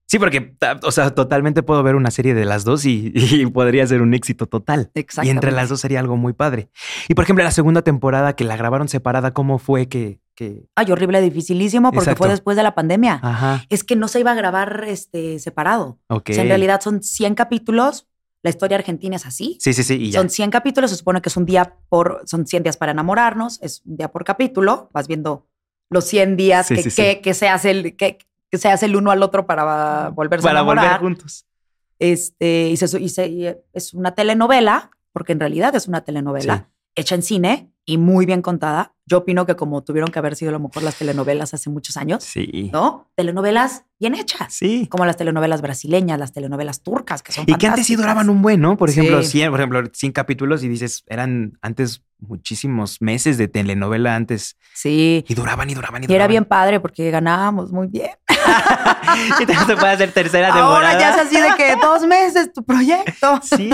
Speaker 1: Sí, porque, ta- o sea, totalmente puedo ver una serie de las dos y, y podría ser un éxito total. Y entre las dos sería algo muy padre. Y por ejemplo, la segunda temporada que la grabaron separada, ¿cómo fue que.? que...
Speaker 2: Ay, horrible, dificilísimo, porque
Speaker 1: Exacto. Ah.
Speaker 2: fue después de la pandemia.
Speaker 1: Ajá,
Speaker 2: Es que no se iba a grabar este, separado.
Speaker 1: ok.
Speaker 2: O sea, en realidad son 100 capítulos. La historia argentina es así.
Speaker 1: Sí, sí, sí. Y ya.
Speaker 2: Son 100 capítulos, se supone que es un día por, son 100 días para enamorarnos, es un día por capítulo, vas viendo los 100 días
Speaker 1: Sí,
Speaker 2: que,
Speaker 1: sí, sí.
Speaker 2: que- que se hace el, que, que se hace el uno al otro para volverse
Speaker 1: Ah,
Speaker 2: a
Speaker 1: Para
Speaker 2: enamorar.
Speaker 1: volver juntos.
Speaker 2: Este, y se su- y se- y es una telenovela, porque en realidad es una telenovela
Speaker 1: Sí.
Speaker 2: hecha en cine y muy bien contada. Yo opino que como tuvieron que haber sido a lo mejor las telenovelas hace muchos años,
Speaker 1: Sí.
Speaker 2: ¿no? Telenovelas bien hechas,
Speaker 1: Sí.
Speaker 2: como las telenovelas brasileñas, las telenovelas turcas, que son
Speaker 1: Y que antes sí
Speaker 2: fantásticas.
Speaker 1: duraban un buen, ¿no? Por
Speaker 2: Sí.
Speaker 1: ejemplo, 100, por ejemplo, 100 capítulos y dices, eran antes muchísimos meses de telenovela antes
Speaker 2: Sí.
Speaker 1: y duraban y duraban y duraban.
Speaker 2: Y era bien padre porque ganábamos muy bien.
Speaker 1: y te se puede hacer tercera temporada.
Speaker 2: Ahora ya es así de que dos meses tu proyecto.
Speaker 1: Sí.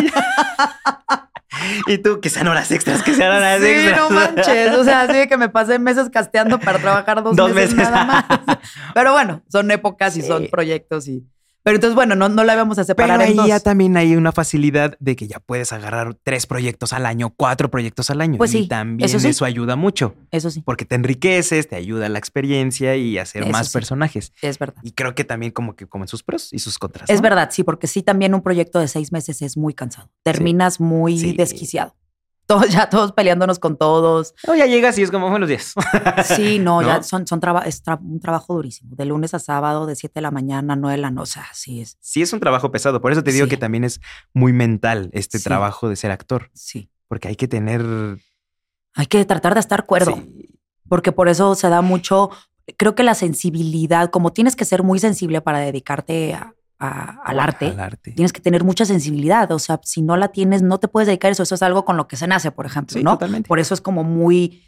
Speaker 1: Y tú, que sean horas extras, que sean horas
Speaker 2: sí,
Speaker 1: extras.
Speaker 2: no manches. O sea, así de que me pasé meses casteando para trabajar dos,
Speaker 1: Dos
Speaker 2: meses,
Speaker 1: meses.
Speaker 2: nada más. Pero bueno, son épocas y son
Speaker 1: Sí.
Speaker 2: proyectos y. Pero entonces, bueno, no, no la íbamos a
Speaker 1: Pero
Speaker 2: separar en
Speaker 1: ahí
Speaker 2: dos.
Speaker 1: ya también hay una facilidad de que ya puedes agarrar tres proyectos al año, cuatro proyectos al año.
Speaker 2: Pues
Speaker 1: y
Speaker 2: sí,
Speaker 1: también
Speaker 2: eso
Speaker 1: eso,
Speaker 2: sí.
Speaker 1: ayuda mucho,
Speaker 2: Eso sí,
Speaker 1: porque te enriqueces, te ayuda la experiencia y hacer
Speaker 2: Eso
Speaker 1: más
Speaker 2: sí.
Speaker 1: personajes.
Speaker 2: es verdad.
Speaker 1: Y creo que también como que como en sus pros y sus contras.
Speaker 2: Es
Speaker 1: ¿no?
Speaker 2: verdad, sí, porque sí, también un proyecto de seis meses es muy cansado. Terminas muy
Speaker 1: Sí.
Speaker 2: desquiciado. Todos ya, todos peleándonos con todos.
Speaker 1: No, ya llegas y es como buenos días.
Speaker 2: Sí, no,
Speaker 1: ¿No?
Speaker 2: ya son, son traba- es tra- un trabajo durísimo. De lunes a sábado, de 7 de la mañana, 9 de la noche. O sea, sí es.
Speaker 1: sí es un trabajo pesado. Por eso te digo
Speaker 2: Sí.
Speaker 1: que también es muy mental este
Speaker 2: Sí.
Speaker 1: trabajo de ser actor,
Speaker 2: Sí.
Speaker 1: porque hay que tener...
Speaker 2: Hay que tratar de estar cuerdo.
Speaker 1: Sí,
Speaker 2: porque por eso se da mucho, creo que la sensibilidad, como tienes que ser muy sensible para dedicarte a- a- al arte,
Speaker 1: al arte.
Speaker 2: tienes que tener mucha sensibilidad, o sea, si no la tienes, no te puedes dedicar a eso, eso es algo con lo que se nace, por ejemplo,
Speaker 1: Sí,
Speaker 2: ¿no?
Speaker 1: totalmente.
Speaker 2: Por eso es como muy,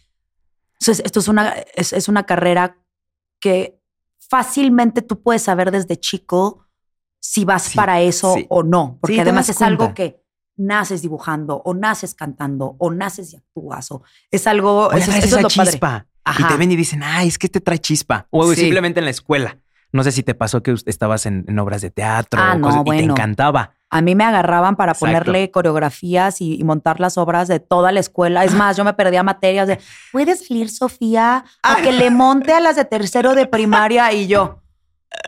Speaker 2: eso es- esto es una, es, es una carrera que fácilmente tú puedes saber desde chico si vas
Speaker 1: Sí,
Speaker 2: para eso
Speaker 1: sí.
Speaker 2: o no, porque
Speaker 1: Sí, te
Speaker 2: además
Speaker 1: das
Speaker 2: es algo
Speaker 1: cuenta.
Speaker 2: que naces dibujando o naces cantando o naces y actúas o es algo,
Speaker 1: O ya
Speaker 2: eso,
Speaker 1: traes
Speaker 2: eso
Speaker 1: esa
Speaker 2: es lo padre.
Speaker 1: chispa. Y te ven y dicen, ah, es que te trae chispa. O
Speaker 2: Sí.
Speaker 1: simplemente en la escuela. No sé si te pasó que us- estabas en, en obras de teatro
Speaker 2: Ah,
Speaker 1: o
Speaker 2: no,
Speaker 1: cosas, y te
Speaker 2: bueno.
Speaker 1: encantaba.
Speaker 2: A mí me agarraban para
Speaker 1: Exacto.
Speaker 2: ponerle coreografías y, y montar las obras de toda la escuela. Es más, yo me perdía materias de, ¿puedes salir, Sofía,
Speaker 1: Ah.
Speaker 2: a que le monte a las de tercero de primaria? Y yo,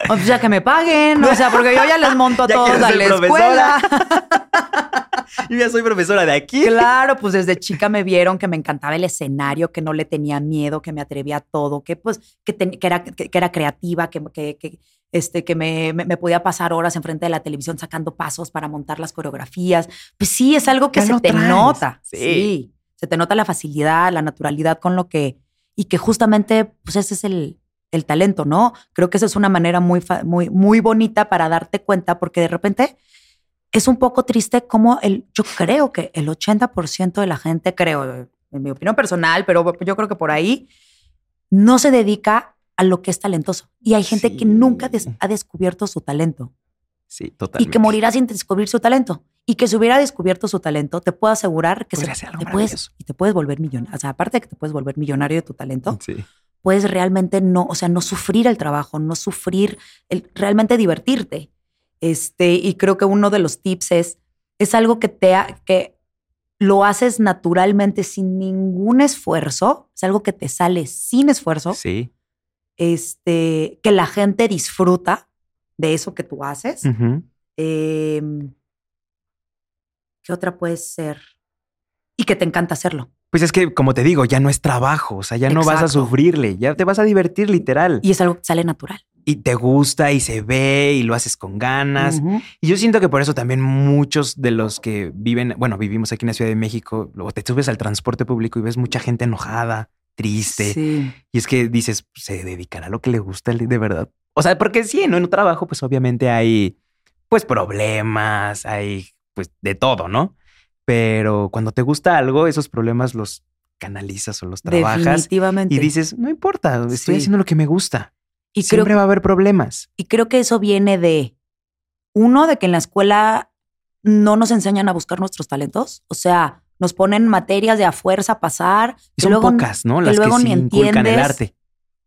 Speaker 2: o sea, que me paguen. O sea, porque yo ya les monto a
Speaker 1: Ya
Speaker 2: todos
Speaker 1: quiero
Speaker 2: a
Speaker 1: ser
Speaker 2: la
Speaker 1: profesora.
Speaker 2: escuela.
Speaker 1: Yo ya soy profesora de aquí.
Speaker 2: Claro, pues desde chica me vieron que me encantaba el escenario, que no le tenía miedo, que me atrevía a todo, que pues, que, ten- que era, que, que era creativa, que, que- que, este, que me, me- me podía pasar horas enfrente de la televisión sacando pasos para montar las coreografías. Pues sí, es algo que
Speaker 1: Ya
Speaker 2: se
Speaker 1: lo
Speaker 2: te
Speaker 1: traes,
Speaker 2: nota. Sí.
Speaker 1: sí.
Speaker 2: Se te nota la facilidad, la naturalidad con lo que. Y que justamente, pues ese es el, el talento, ¿no? Creo que esa es una manera muy, fa- muy, muy bonita para darte cuenta, porque de repente es un poco triste como el, yo creo que el 80% de la gente, creo, en mi opinión personal, pero yo creo que por ahí, no se dedica a lo que es talentoso. Y hay gente que
Speaker 1: Sí.
Speaker 2: nunca des- ha descubierto su talento
Speaker 1: Sí, totalmente.
Speaker 2: y que morirá sin descubrir su talento. Y que si hubiera descubierto su talento, te puedo asegurar que se-
Speaker 1: Podría ser algo
Speaker 2: te, puedes,
Speaker 1: maravilloso.
Speaker 2: y te puedes volver millonario. O sea, aparte de que te puedes volver millonario de tu talento,
Speaker 1: Sí.
Speaker 2: puedes realmente no, o sea, no sufrir el trabajo, no sufrir, el, realmente divertirte. Este, y creo que uno de los tips es, es algo que te ha- que lo haces naturalmente sin ningún esfuerzo, es algo que te sale sin esfuerzo,
Speaker 1: Sí.
Speaker 2: este, que la gente disfruta de eso que tú haces.
Speaker 1: Ujú.
Speaker 2: Em, ¿Qué otra puede ser? Y que te encanta hacerlo.
Speaker 1: Pues es que, como te digo, ya no es trabajo. O sea, ya no vas a
Speaker 2: Exacto.
Speaker 1: sufrirle. Ya te vas a divertir literal. Y,
Speaker 2: Y es algo que sale natural.
Speaker 1: te gusta y se ve y lo haces con ganas.
Speaker 2: Ujú.
Speaker 1: Y yo siento que por eso también muchos de los que viven, bueno, vivimos aquí en la Ciudad de México, luego te subes al transporte público y ves mucha gente enojada, triste.
Speaker 2: Sí.
Speaker 1: Y es que dices, se dedicará a lo que le gusta el- de verdad. O sea, porque sí, ¿no? En un trabajo, pues obviamente hay, pues, problemas, hay, pues, de todo, ¿no? Pero cuando te gusta algo, esos problemas los canalizas o los trabajas
Speaker 2: Definitivamente.
Speaker 1: y dices, no importa, estoy
Speaker 2: Sí.
Speaker 1: haciendo lo que me gusta.
Speaker 2: Y creo
Speaker 1: Siempre va a haber problemas.
Speaker 2: Y creo que eso viene de, uno, de que en la escuela no nos enseñan a buscar nuestros talentos. O sea, nos ponen materias de a fuerza a pasar.
Speaker 1: Y
Speaker 2: que
Speaker 1: son
Speaker 2: luego-
Speaker 1: pocas, ¿no? Las que,
Speaker 2: luego
Speaker 1: sí
Speaker 2: ni
Speaker 1: inculcan el
Speaker 2: entiendes.
Speaker 1: arte.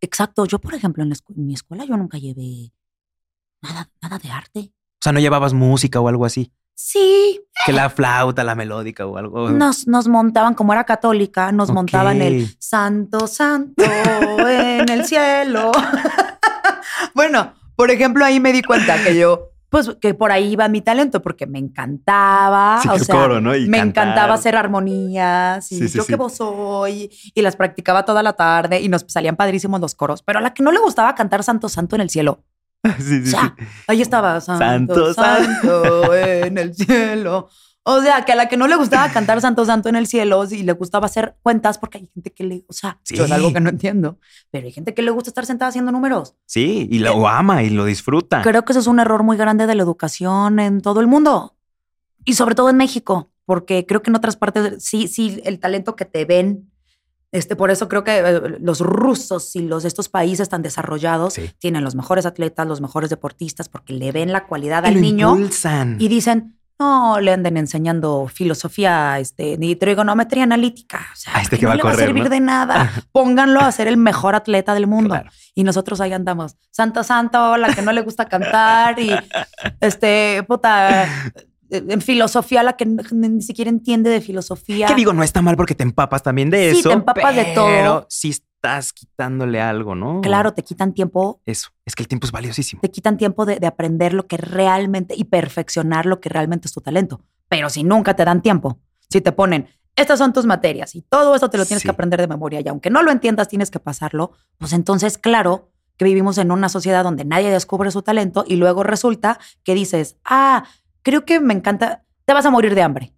Speaker 2: Exacto. Yo, por ejemplo, en, la escu- en mi escuela yo nunca llevé nada, nada de arte.
Speaker 1: O sea, no llevabas música o algo así.
Speaker 2: Sí,
Speaker 1: Que la flauta, la melódica o algo.
Speaker 2: nos, nos montaban, como era católica, nos
Speaker 1: Ok.
Speaker 2: montaban el Santo, Santo en el cielo. bueno, por ejemplo, ahí me di cuenta que yo, pues que por ahí iba mi talento, porque me encantaba.
Speaker 1: Sí,
Speaker 2: o
Speaker 1: el
Speaker 2: sea,
Speaker 1: coro, ¿no? Y
Speaker 2: me
Speaker 1: cantar.
Speaker 2: encantaba hacer armonías y
Speaker 1: Sí, sí,
Speaker 2: yo
Speaker 1: sí.
Speaker 2: que vos soy y las practicaba toda la tarde y nos salían padrísimos los coros, pero a la que no le gustaba cantar Santo Santo en el cielo.
Speaker 1: Sí,
Speaker 2: O
Speaker 1: sí,
Speaker 2: sea,
Speaker 1: sí.
Speaker 2: ahí estaba Santo,
Speaker 1: Santo,
Speaker 2: Santo en el cielo. O sea, que a la que no le gustaba cantar Santo, Santo en el cielo y le gustaba hacer cuentas porque hay gente que le, o sea,
Speaker 1: Sí.
Speaker 2: yo es algo que no entiendo, pero hay gente que le gusta estar sentada haciendo números.
Speaker 1: Sí, y lo ama y lo disfruta.
Speaker 2: Creo que eso es un error muy grande de la educación en todo el mundo y sobre todo en México, porque creo que en otras partes sí, sí, el talento que te ven. Este, por eso creo que eh, los rusos y los estos países tan desarrollados
Speaker 1: Sí.
Speaker 2: tienen los mejores atletas, los mejores deportistas, porque le ven la cualidad
Speaker 1: Y
Speaker 2: al
Speaker 1: lo
Speaker 2: niño
Speaker 1: impulsan.
Speaker 2: y dicen, no le anden enseñando filosofía, este, ni trigonometría analítica. O sea,
Speaker 1: A este
Speaker 2: porque
Speaker 1: que
Speaker 2: no
Speaker 1: va a
Speaker 2: le va a
Speaker 1: correr,
Speaker 2: servir
Speaker 1: ¿no?
Speaker 2: de nada. Pónganlo a ser el mejor atleta del mundo.
Speaker 1: Claro.
Speaker 2: Y nosotros ahí andamos. Santa, santa, la que no le gusta cantar y este, puta, en filosofía, la que n- ni siquiera entiende de filosofía.
Speaker 1: Que digo, no está mal porque te empapas también de
Speaker 2: Sí,
Speaker 1: eso.
Speaker 2: te empapas de todo.
Speaker 1: Pero sí estás quitándole algo, ¿no?
Speaker 2: Claro, te quitan tiempo,
Speaker 1: Eso. Es que el tiempo es valiosísimo.
Speaker 2: te quitan tiempo de, de aprender lo que realmente y perfeccionar lo que realmente es tu talento. Pero si nunca te dan tiempo, si te ponen, estas son tus materias y todo eso te lo tienes
Speaker 1: Sí.
Speaker 2: que aprender de memoria y aunque no lo entiendas, tienes que pasarlo, pues entonces, claro que vivimos en una sociedad donde nadie descubre su talento y luego resulta que dices, ah, creo que me encanta, te vas a morir de hambre.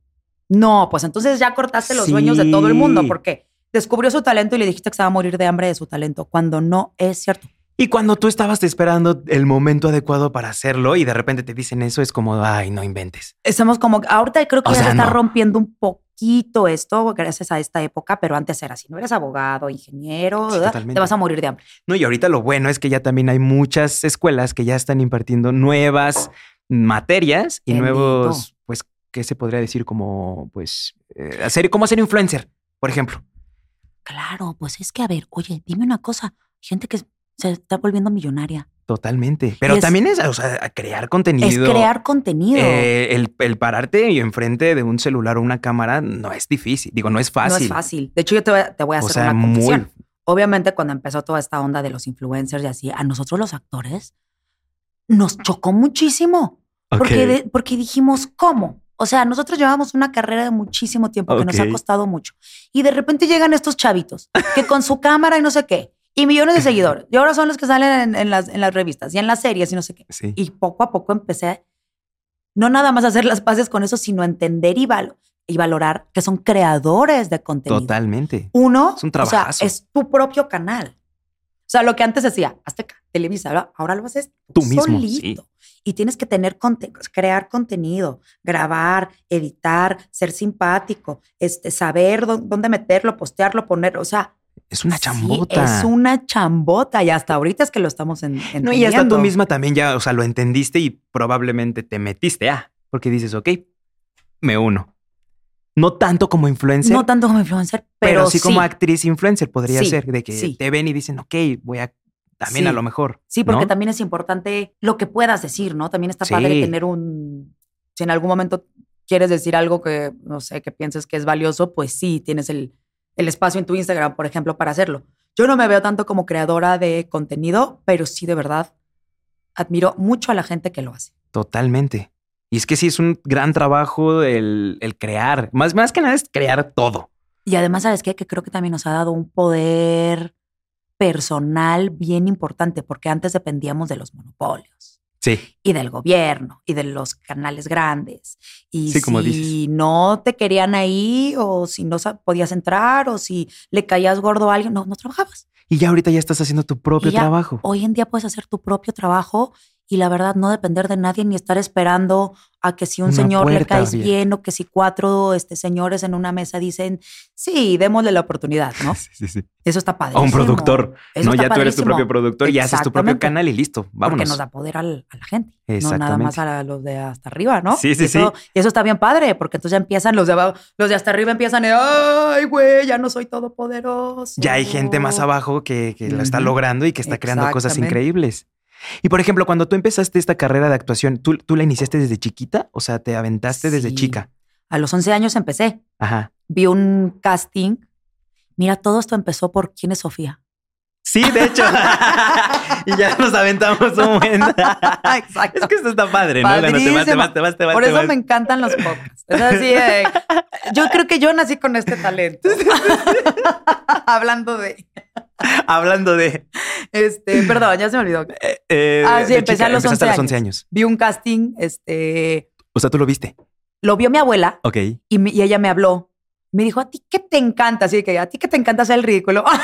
Speaker 2: No, pues entonces ya cortaste los sueños de todo el mundo
Speaker 1: Sí.
Speaker 2: porque descubrió su talento y le dijiste que se va a morir de hambre de su talento, cuando no es cierto.
Speaker 1: Y cuando tú estabas esperando el momento adecuado para hacerlo y de repente te dicen eso, es como, ay, no inventes.
Speaker 2: Estamos como, ahorita creo que
Speaker 1: O
Speaker 2: ya se
Speaker 1: sea,
Speaker 2: está
Speaker 1: no.
Speaker 2: rompiendo un poquito esto gracias a esta época, pero antes era así, no eres abogado, ingeniero,
Speaker 1: Sí,
Speaker 2: ¿verdad? te
Speaker 1: totalmente.
Speaker 2: vas a morir de hambre.
Speaker 1: No, y ahorita lo bueno es que ya también hay muchas escuelas que ya están impartiendo nuevas materias y
Speaker 2: Bendito.
Speaker 1: nuevos, pues, ¿qué se podría decir? Como, pues, eh, hacer, cómo ser influencer, por ejemplo.
Speaker 2: Claro, pues es que, a ver, oye, dime una cosa, gente que se está volviendo millonaria.
Speaker 1: Totalmente. Pero
Speaker 2: Es-
Speaker 1: también es, o sea, crear contenido.
Speaker 2: Es crear contenido.
Speaker 1: Eh, el, el pararte y enfrente de un celular o una cámara no es difícil. Digo, no es
Speaker 2: no
Speaker 1: fácil.
Speaker 2: es fácil. De hecho, yo te voy a, te voy a
Speaker 1: O
Speaker 2: hacer
Speaker 1: sea,
Speaker 2: una
Speaker 1: muy.
Speaker 2: confesión. Obviamente, cuando empezó toda esta onda de los influencers y así, a nosotros los actores nos chocó muchísimo. Porque, de- porque dijimos, ¿cómo? O sea, nosotros llevamos una carrera de muchísimo tiempo que nos ha
Speaker 1: Ok.
Speaker 2: costado mucho. Y de repente llegan estos chavitos que con su cámara y no sé qué, y millones de seguidores. Y ahora son los que salen en, en las, en las revistas y en las series y no sé qué.
Speaker 1: Sí.
Speaker 2: Y poco a poco empecé, no nada más a hacer las paces con eso, sino a entender y, valo- y valorar que son creadores de contenido.
Speaker 1: Totalmente.
Speaker 2: Uno,
Speaker 1: Es un
Speaker 2: o sea,
Speaker 1: trabajazo.
Speaker 2: es tu propio canal. O sea, lo que antes decía, Azteca, Televisa, ahora- ahora lo haces
Speaker 1: Tú mismo.
Speaker 2: solito.
Speaker 1: sí.
Speaker 2: Y tienes que tener conte- crear contenido, grabar, editar, ser simpático, este, saber dó- dónde meterlo, postearlo, ponerlo. O sea,
Speaker 1: Es una
Speaker 2: sí,
Speaker 1: chambota.
Speaker 2: es una chambota y hasta ahorita es que lo estamos en,
Speaker 1: No, y hasta tú
Speaker 2: entendiendo.
Speaker 1: misma también ya, o sea, lo entendiste y probablemente te metiste ah, porque dices, ok, me uno. No tanto como influencer,
Speaker 2: No tanto como influencer,
Speaker 1: pero,
Speaker 2: pero,
Speaker 1: sí,
Speaker 2: sí
Speaker 1: como actriz influencer podría
Speaker 2: Sí,
Speaker 1: ser, de que
Speaker 2: sí.
Speaker 1: te ven y dicen, ok, voy a también
Speaker 2: Sí.
Speaker 1: a lo mejor.
Speaker 2: Sí, porque
Speaker 1: ¿no?
Speaker 2: también es importante lo que puedas decir, ¿no? También está padre
Speaker 1: Sí.
Speaker 2: tener un. Si en algún momento quieres decir algo que, no sé, que pienses que es valioso, pues sí, tienes el, el espacio en tu Instagram, por ejemplo, para hacerlo. Yo no me veo tanto como creadora de contenido, pero sí, de verdad, admiro mucho a la gente que lo hace.
Speaker 1: Totalmente. Y es que sí, es un gran trabajo el, el crear. Más, más que nada es crear todo.
Speaker 2: Y además, ¿sabes qué? Que creo que también nos ha dado un poder personal bien importante, porque antes dependíamos de los monopolios.
Speaker 1: Sí.
Speaker 2: y del gobierno y de los canales grandes. Y
Speaker 1: Sí, como
Speaker 2: si no te querían ahí o si no sa- podías entrar o si le caías gordo a alguien, no, no trabajabas.
Speaker 1: Y ya ahorita ya estás haciendo tu propio
Speaker 2: Y ya- oh,
Speaker 1: trabajo.
Speaker 2: Hoy en día puedes hacer tu propio trabajo y la verdad no depender de nadie ni estar esperando a que si un
Speaker 1: Una
Speaker 2: señor le
Speaker 1: puerta
Speaker 2: caes
Speaker 1: abierta.
Speaker 2: bien o que si cuatro este, señores en una mesa dicen, sí, démosle la oportunidad, ¿no?
Speaker 1: Sí, sí, sí.
Speaker 2: Eso está padre.
Speaker 1: O un productor.
Speaker 2: Eso
Speaker 1: no,
Speaker 2: está
Speaker 1: ya tú eres tu
Speaker 2: padrísimo.
Speaker 1: propio productor y haces tu propio
Speaker 2: Exactamente.
Speaker 1: canal y listo. Vámonos.
Speaker 2: Porque nos da poder al- a la gente. No nada
Speaker 1: Exactamente.
Speaker 2: más a los de hasta arriba, ¿no?
Speaker 1: Sí, sí,
Speaker 2: Y eso, y eso está bien padre, porque entonces ya empiezan los de abajo, los de hasta arriba empiezan, ay, güey, ya no soy todopoderoso.
Speaker 1: ya hay gente más abajo que, que lo está
Speaker 2: Ujú.
Speaker 1: logrando y que está creando cosas
Speaker 2: Exactamente.
Speaker 1: increíbles. Y por ejemplo, cuando tú empezaste esta carrera de actuación, ¿tú, tú la iniciaste desde chiquita? O sea, te aventaste desde
Speaker 2: Sí.
Speaker 1: chica.
Speaker 2: A los 11 años empecé.
Speaker 1: Ajá.
Speaker 2: Vi un casting. Mira, todo esto empezó por quién es Sofía.
Speaker 1: Sí, de hecho. y ya nos aventamos un buen.
Speaker 2: Exacto.
Speaker 1: es que esto está padre, ¿no? Lana? Te vas, te vas, te vas, te vas,
Speaker 2: Por
Speaker 1: te
Speaker 2: eso
Speaker 1: vas.
Speaker 2: me encantan los podcasts. Es así, de- yo creo que yo nací con este talento. Hablando de.
Speaker 1: Hablando de.
Speaker 2: Este, perdón, ya se me olvidó.
Speaker 1: eh, eh,
Speaker 2: Ah, sí,
Speaker 1: de
Speaker 2: empecé a los
Speaker 1: empezaste
Speaker 2: 11
Speaker 1: años.
Speaker 2: Vi un casting, este,
Speaker 1: O sea, tú lo viste.
Speaker 2: lo vio mi abuela
Speaker 1: Ok.
Speaker 2: y, me- y ella me habló. Me dijo, ¿a ti qué te encanta? Así que, ¿a ti qué te encanta hacer el ridículo?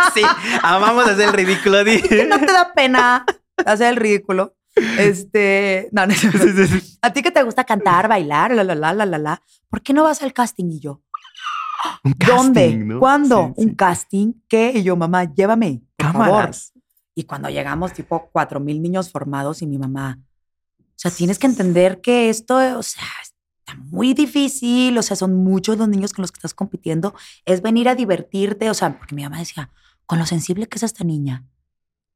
Speaker 1: Ah, Sí, amamos hacer el ridículo. di.
Speaker 2: ¿Qué no te da pena hacer el ridículo? Este, no, no,
Speaker 1: Sí, sí, sí.
Speaker 2: ¿A ti que te gusta cantar, bailar, la, la, la, la, la, la? ¿Por qué no vas al casting? Y yo,
Speaker 1: Un
Speaker 2: ¿dónde?
Speaker 1: casting, ¿no?
Speaker 2: ¿Cuándo?
Speaker 1: Sí, sí.
Speaker 2: ¿Un casting? ¿Qué? Y yo, mamá, llévame, por favor".
Speaker 1: Cámaras.
Speaker 2: Y cuando llegamos, tipo, cuatro mil niños formados y mi mamá, o sea, tienes que entender que esto, o sea, está muy difícil, o sea, son muchos los niños con los que estás compitiendo, es venir a divertirte, o sea, porque mi mamá decía, con lo sensible que es esta niña,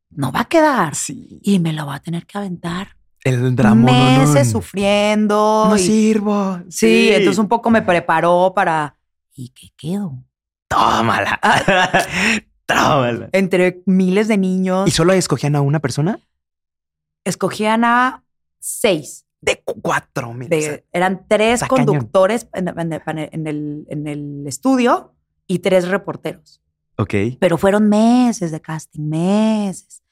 Speaker 2: no va a quedar
Speaker 1: Sí.
Speaker 2: y me lo va a tener que aventar.
Speaker 1: El drama.
Speaker 2: meses sufriendo.
Speaker 1: No
Speaker 2: y-
Speaker 1: sirvo. Sí,
Speaker 2: sí, entonces un poco me preparó para... ¿Y qué quedó?
Speaker 1: Tómala. Tómala.
Speaker 2: Entre miles de niños.
Speaker 1: ¿Y solo escogían a una persona?
Speaker 2: escogían a seis.
Speaker 1: De cu- cuatro, mira.
Speaker 2: De-
Speaker 1: o sea,
Speaker 2: eran tres
Speaker 1: está cañón.
Speaker 2: conductores en, en- en el, en el estudio y tres reporteros.
Speaker 1: ok.
Speaker 2: Pero fueron meses de casting, meses.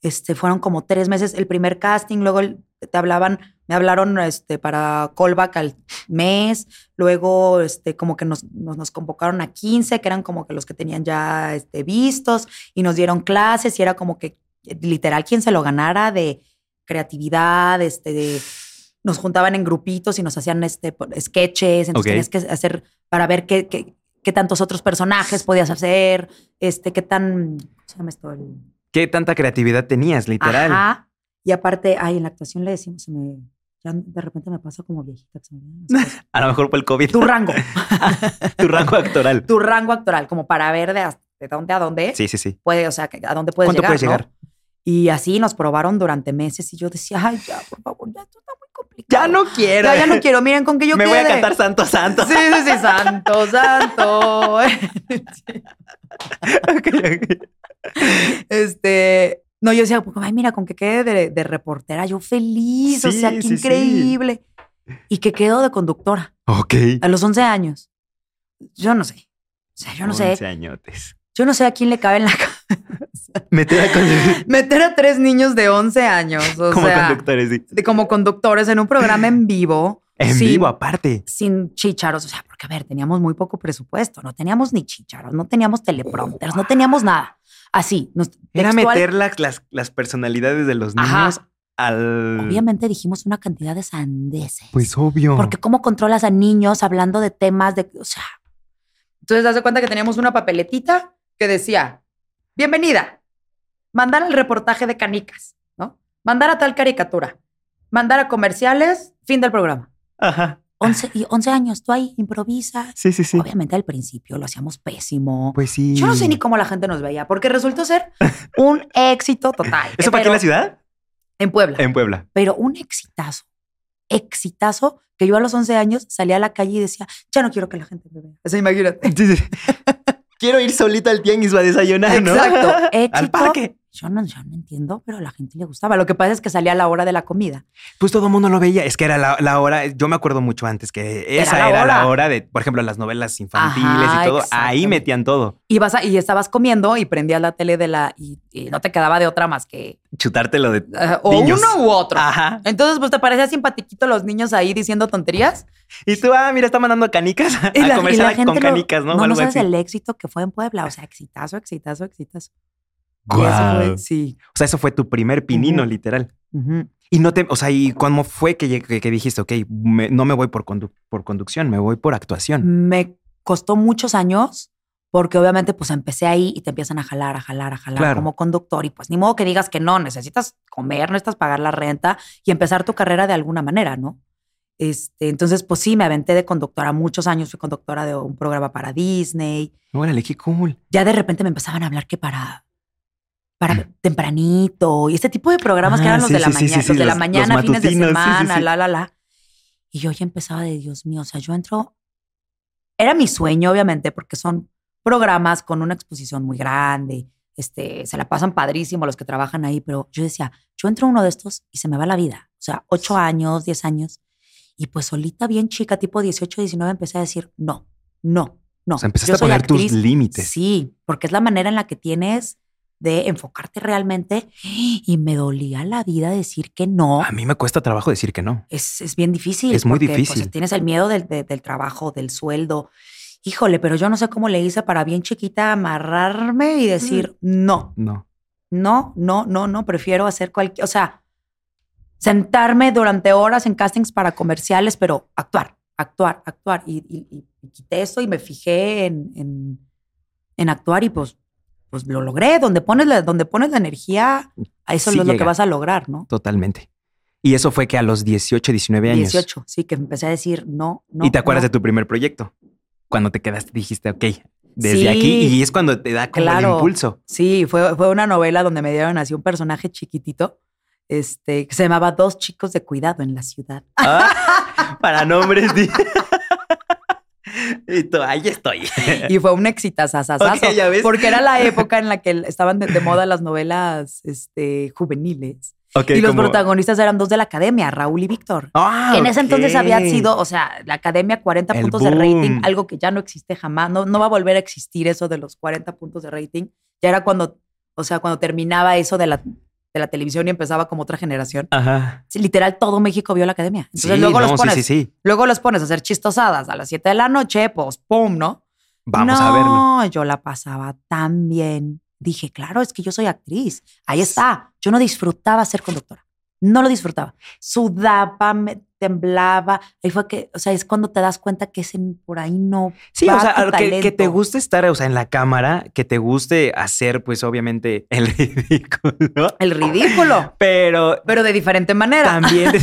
Speaker 2: Este, fueron como tres meses el primer casting, luego el- te hablaban, me hablaron este, para callback al mes, luego este, como que nos, nos, nos convocaron a 15, que eran como que los que tenían ya este, vistos, y nos dieron clases, y era como que eh, literal quien se lo ganara de creatividad, este, de- nos juntaban en grupitos y nos hacían este, po- sketches, entonces
Speaker 1: Ok.
Speaker 2: tenías que hacer para ver qué, qué, qué tantos otros personajes podías hacer, este, qué tan... ¿Cómo se llama esto? El-
Speaker 1: ¿Qué tanta creatividad tenías, literal?
Speaker 2: Ajá. Y aparte, ay, en la actuación le decimos, se me, ya de repente me pasa como viejita. que se me olvidan las cosas.
Speaker 1: A lo mejor fue el COVID.
Speaker 2: tu rango,
Speaker 1: tu rango actoral.
Speaker 2: tu rango actoral, como para ver de, hasta- de dónde a dónde
Speaker 1: Sí, sí, sí.
Speaker 2: puede, o sea, que- a dónde puedes
Speaker 1: ¿Cuánto
Speaker 2: llegar.
Speaker 1: puedes
Speaker 2: ¿no?
Speaker 1: llegar?
Speaker 2: Y así nos probaron durante meses y yo decía, ay, ya, por favor, ya esto está muy complicado.
Speaker 1: quiero.
Speaker 2: Ya, ya no quiero, miren con que yo
Speaker 1: Me voy a
Speaker 2: quede.
Speaker 1: cantar Santo Santo.
Speaker 2: Sí, sí, sí, santo, santo. Este, no, yo decía, ay, mira, con que quede de, de reportera, yo feliz, o
Speaker 1: Sí,
Speaker 2: sea, qué
Speaker 1: sí, sí.
Speaker 2: increíble. Y que quedo de conductora
Speaker 1: ok.
Speaker 2: a los 11 años. Yo no sé. O sea, yo no sé.
Speaker 1: Once añotes.
Speaker 2: Yo no sé a quién le cabe en la cabeza
Speaker 1: Meter a con-
Speaker 2: meter a tres niños de 11 años, o
Speaker 1: como
Speaker 2: sea,
Speaker 1: conductores, sí.
Speaker 2: de- como conductores en un programa en vivo.
Speaker 1: En
Speaker 2: sin-
Speaker 1: vivo, aparte.
Speaker 2: sin chícharos, o sea, porque a ver, teníamos muy poco presupuesto, no teníamos ni chícharos, no teníamos teleprompters, no teníamos nada. Así, nos,
Speaker 1: Era
Speaker 2: textual-
Speaker 1: meter las, las, las personalidades de los
Speaker 2: Ajá.
Speaker 1: niños al.
Speaker 2: Obviamente dijimos una cantidad de sandeces.
Speaker 1: Pues obvio.
Speaker 2: Porque cómo controlas a niños hablando de temas de, o sea. Entonces, das de cuenta que teníamos una papeletita que decía, bienvenida, mandar el reportaje de canicas, ¿no? Mandar a tal caricatura, mandar a comerciales, fin del programa.
Speaker 1: Ajá.
Speaker 2: 11, y 11 años, tú ahí improvisas.
Speaker 1: Sí, sí, sí.
Speaker 2: Obviamente al principio lo hacíamos pésimo.
Speaker 1: Pues sí.
Speaker 2: Yo no sé ni cómo la gente nos veía, porque resultó ser un éxito total.
Speaker 1: ¿Eso para qué
Speaker 2: Pero-
Speaker 1: en la ciudad?
Speaker 2: En Puebla.
Speaker 1: En Puebla.
Speaker 2: Pero un exitazo. Exitazo que yo a los 11 años salía a la calle y decía, ya no quiero que la gente me vea. O sea, imagínate.
Speaker 1: Sí, sí. Quiero ir solita al tianguis para desayunar, ¿no?
Speaker 2: Exacto.
Speaker 1: al
Speaker 2: Éxito.
Speaker 1: parque.
Speaker 2: Yo no, yo no entiendo, pero a la gente le gustaba. Lo que pasa es que salía a la hora de la comida.
Speaker 1: Pues todo el mundo lo veía. Es que era la, la hora. Yo me acuerdo mucho antes que esa
Speaker 2: la
Speaker 1: era la
Speaker 2: hora.
Speaker 1: hora de, por ejemplo, las novelas infantiles
Speaker 2: Ajá,
Speaker 1: y todo. Ahí
Speaker 2: exactamente.
Speaker 1: metían todo.
Speaker 2: Ibas a- y estabas comiendo y prendías la tele de la... Y, y no te quedaba de otra más que...
Speaker 1: Chutártelo de.
Speaker 2: eh, o
Speaker 1: Niños. Ah.
Speaker 2: uno u otro.
Speaker 1: Ajá.
Speaker 2: Entonces, pues, ¿te parecía simpatiquito los niños ahí diciendo tonterías?
Speaker 1: Y tú, ah, mira, está mandando canicas a
Speaker 2: Y la- y la
Speaker 1: comercial
Speaker 2: gente
Speaker 1: con
Speaker 2: lo-
Speaker 1: canicas, ¿no? O
Speaker 2: No, no
Speaker 1: algo
Speaker 2: sabes
Speaker 1: así.
Speaker 2: el éxito que fue en Puebla. O sea, exitazo, exitazo, exitazo. Y eso
Speaker 1: Guau.
Speaker 2: fue- sí.
Speaker 1: O sea, eso fue tu primer pinino,
Speaker 2: pues. Ujú.
Speaker 1: literal.
Speaker 2: Ujú.
Speaker 1: Y no te, o sea, ¿y cómo fue que, lleg- que, que dijiste, ok, me- no me voy por, condu- por conducción, me voy por actuación?
Speaker 2: Me costó muchos años porque obviamente pues empecé ahí y te empiezan a jalar, a jalar, a jalar
Speaker 1: Claro.
Speaker 2: como conductor y pues ni modo que digas que no, necesitas comer, necesitas pagar la renta y empezar tu carrera de alguna manera, ¿no? Este, entonces pues sí, me aventé de conductora muchos años, fui conductora de un programa para Disney,
Speaker 1: Órale, qué cool.
Speaker 2: ya de repente me empezaban a hablar que para para tempranito y este tipo de programas que
Speaker 1: Ah,
Speaker 2: eran los
Speaker 1: sí,
Speaker 2: de la
Speaker 1: sí, sí,
Speaker 2: mañana,
Speaker 1: sí, sí,
Speaker 2: los de la
Speaker 1: los-
Speaker 2: mañana,
Speaker 1: los
Speaker 2: fines de
Speaker 1: matutinos, sí, sí,
Speaker 2: semana,
Speaker 1: sí.
Speaker 2: la la la. Y yo ya empezaba de Dios mío, o sea, yo entro era mi sueño obviamente porque son programas con una exposición muy grande, este, se la pasan padrísimo los que trabajan ahí, pero yo decía, yo entro a uno de estos y se me va la vida, o sea, ocho años, diez años y pues solita bien chica, tipo 18, 19 empecé a decir, no, no, no.
Speaker 1: O sea, empezaste
Speaker 2: Yo
Speaker 1: a
Speaker 2: soy
Speaker 1: poner
Speaker 2: actriz,
Speaker 1: tus límites.
Speaker 2: Sí, porque es la manera en la que tienes de enfocarte realmente. Y me dolía la vida decir que no.
Speaker 1: A mí me cuesta trabajo decir que no.
Speaker 2: Es, es bien difícil.
Speaker 1: Ah. Es muy
Speaker 2: porque, pues,
Speaker 1: difícil.
Speaker 2: tienes el miedo del, de- del trabajo, del sueldo. Híjole, pero yo no sé cómo le hice para bien chiquita amarrarme y decir no,
Speaker 1: No.
Speaker 2: no, no, no, no, prefiero hacer cualquier, o sea, sentarme durante horas en castings para comerciales, pero actuar, actuar, actuar. Y, y- y- y quité eso y me fijé en, en- en actuar y pues, pues lo logré. Donde pones la, donde pones la energía, a eso
Speaker 1: Sí
Speaker 2: es lo que
Speaker 1: llega.
Speaker 2: vas a lograr, ¿no?
Speaker 1: Totalmente. Y eso fue que a los 18, 19 años.
Speaker 2: 18, sí, que empecé a decir no, no.
Speaker 1: ¿Y te acuerdas
Speaker 2: no.
Speaker 1: de tu primer proyecto? Cuando te quedaste, dijiste, ok, desde
Speaker 2: Sí.
Speaker 1: aquí. Y es cuando te da como el
Speaker 2: Claro.
Speaker 1: impulso.
Speaker 2: Sí, fue, fue una novela donde me dieron así un personaje chiquitito, este, que se llamaba Dos chicos de cuidado en la ciudad.
Speaker 1: Ah, para nombres. di- y tú, ahí estoy.
Speaker 2: Y fue un exitazazazazo.
Speaker 1: Eh. Ok, ya ves.
Speaker 2: Porque era la época en la que estaban de, de moda las novelas este, juveniles.
Speaker 1: Ok,
Speaker 2: y los
Speaker 1: como-
Speaker 2: protagonistas eran dos de la academia, Raúl y Víctor.
Speaker 1: Ah,
Speaker 2: que en ese entonces
Speaker 1: ok.
Speaker 2: habían sido, o sea, la academia 40
Speaker 1: El
Speaker 2: puntos de
Speaker 1: boom.
Speaker 2: rating, algo que ya no existe jamás, no, no va a volver a existir eso de los 40 puntos de rating. Ya era cuando, o sea, cuando terminaba eso de la, de la televisión y empezaba como otra generación.
Speaker 1: Ajá.
Speaker 2: Sí, Literal, todo México vio la academia. Entonces
Speaker 1: Sí,
Speaker 2: luego
Speaker 1: no,
Speaker 2: los
Speaker 1: sí,
Speaker 2: pones,
Speaker 1: sí, sí.
Speaker 2: luego los pones a hacer chistosadas a las 7 de la noche, pues pum, ¿no?
Speaker 1: Vamos
Speaker 2: no,
Speaker 1: a verlo.
Speaker 2: yo la pasaba tan bien. Dije, claro, es que yo soy actriz. Ahí está. Yo no disfrutaba ser conductora. No lo disfrutaba. Sudaba, me temblaba. Ahí fue que, o sea, es cuando te das cuenta que ese por ahí no.
Speaker 1: Sí,
Speaker 2: va
Speaker 1: o sea,
Speaker 2: tu
Speaker 1: que, que te
Speaker 2: talento.
Speaker 1: guste estar, o sea, en la cámara, que te guste hacer, pues, obviamente, el ridículo.
Speaker 2: El ridículo,
Speaker 1: Pero
Speaker 2: pero de diferente manera.
Speaker 1: también, sí,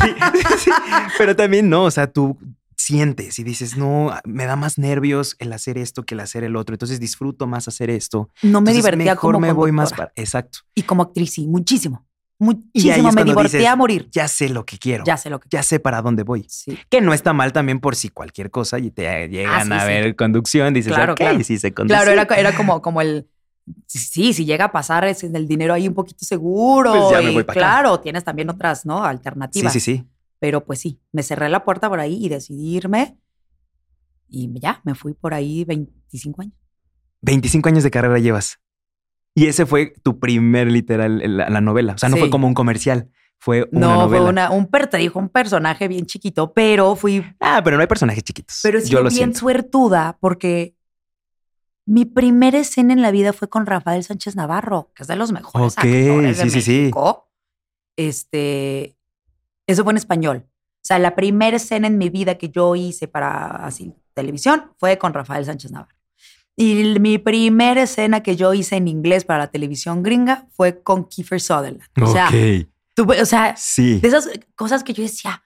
Speaker 1: sí, pero también no, o sea, tú sientes y dices, no, me da más nervios el hacer esto que el hacer el otro, entonces disfruto más hacer esto.
Speaker 2: no me
Speaker 1: Entonces,
Speaker 2: divertía
Speaker 1: mejor
Speaker 2: como
Speaker 1: me voy más
Speaker 2: conductora.
Speaker 1: para... Exacto,
Speaker 2: Y como actriz, sí, muchísimo.
Speaker 1: Y ahí es
Speaker 2: Muchísimo. Me
Speaker 1: cuando
Speaker 2: divertía
Speaker 1: dices,
Speaker 2: a morir.
Speaker 1: ya sé lo que quiero,
Speaker 2: Ya
Speaker 1: ya,
Speaker 2: sé lo que.
Speaker 1: sé para dónde voy.
Speaker 2: Sí.
Speaker 1: Que no está mal también por si cualquier cosa y te llegan
Speaker 2: Ah, sí,
Speaker 1: a
Speaker 2: sí.
Speaker 1: ver conducción, dices,
Speaker 2: Claro,
Speaker 1: ok,
Speaker 2: claro.
Speaker 1: sí sé conducir.
Speaker 2: Claro, era, era como, como el. Sí, si llega a pasar es el dinero ahí un poquito seguro.
Speaker 1: Pues ya me
Speaker 2: y
Speaker 1: voy pa' acá.
Speaker 2: claro, tienes también otras, ¿no?
Speaker 1: Sí,
Speaker 2: Alternativas.
Speaker 1: sí, sí.
Speaker 2: Pero pues sí, me cerré la puerta por ahí y decidí irme. Y ya, me fui por ahí 25 años.
Speaker 1: 25 años de carrera llevas. Y ese fue tu primer literal, la, la novela. O sea, no
Speaker 2: Sí.
Speaker 1: fue como un comercial, fue una
Speaker 2: no,
Speaker 1: novela.
Speaker 2: fue una, un, per- te dijo, un personaje bien chiquito, pero fui.
Speaker 1: Ah, pero no hay personajes chiquitos.
Speaker 2: Pero sí,
Speaker 1: Yo lo
Speaker 2: bien
Speaker 1: siento.
Speaker 2: suertuda, porque mi primera escena en la vida fue con Rafael Sánchez Navarro, que es de los mejores
Speaker 1: Ok,
Speaker 2: actores de
Speaker 1: sí, sí, sí.
Speaker 2: México. Este, eso fue en español. O sea, la primera escena en mi vida que yo hice para así televisión fue con Rafael Sánchez Navarro. Y l- mi primera escena que yo hice en inglés para la televisión gringa fue con Kiefer Sutherland. O sea,
Speaker 1: ok,
Speaker 2: tuve- o sea,
Speaker 1: sí.
Speaker 2: de Oh, esas cosas que yo decía,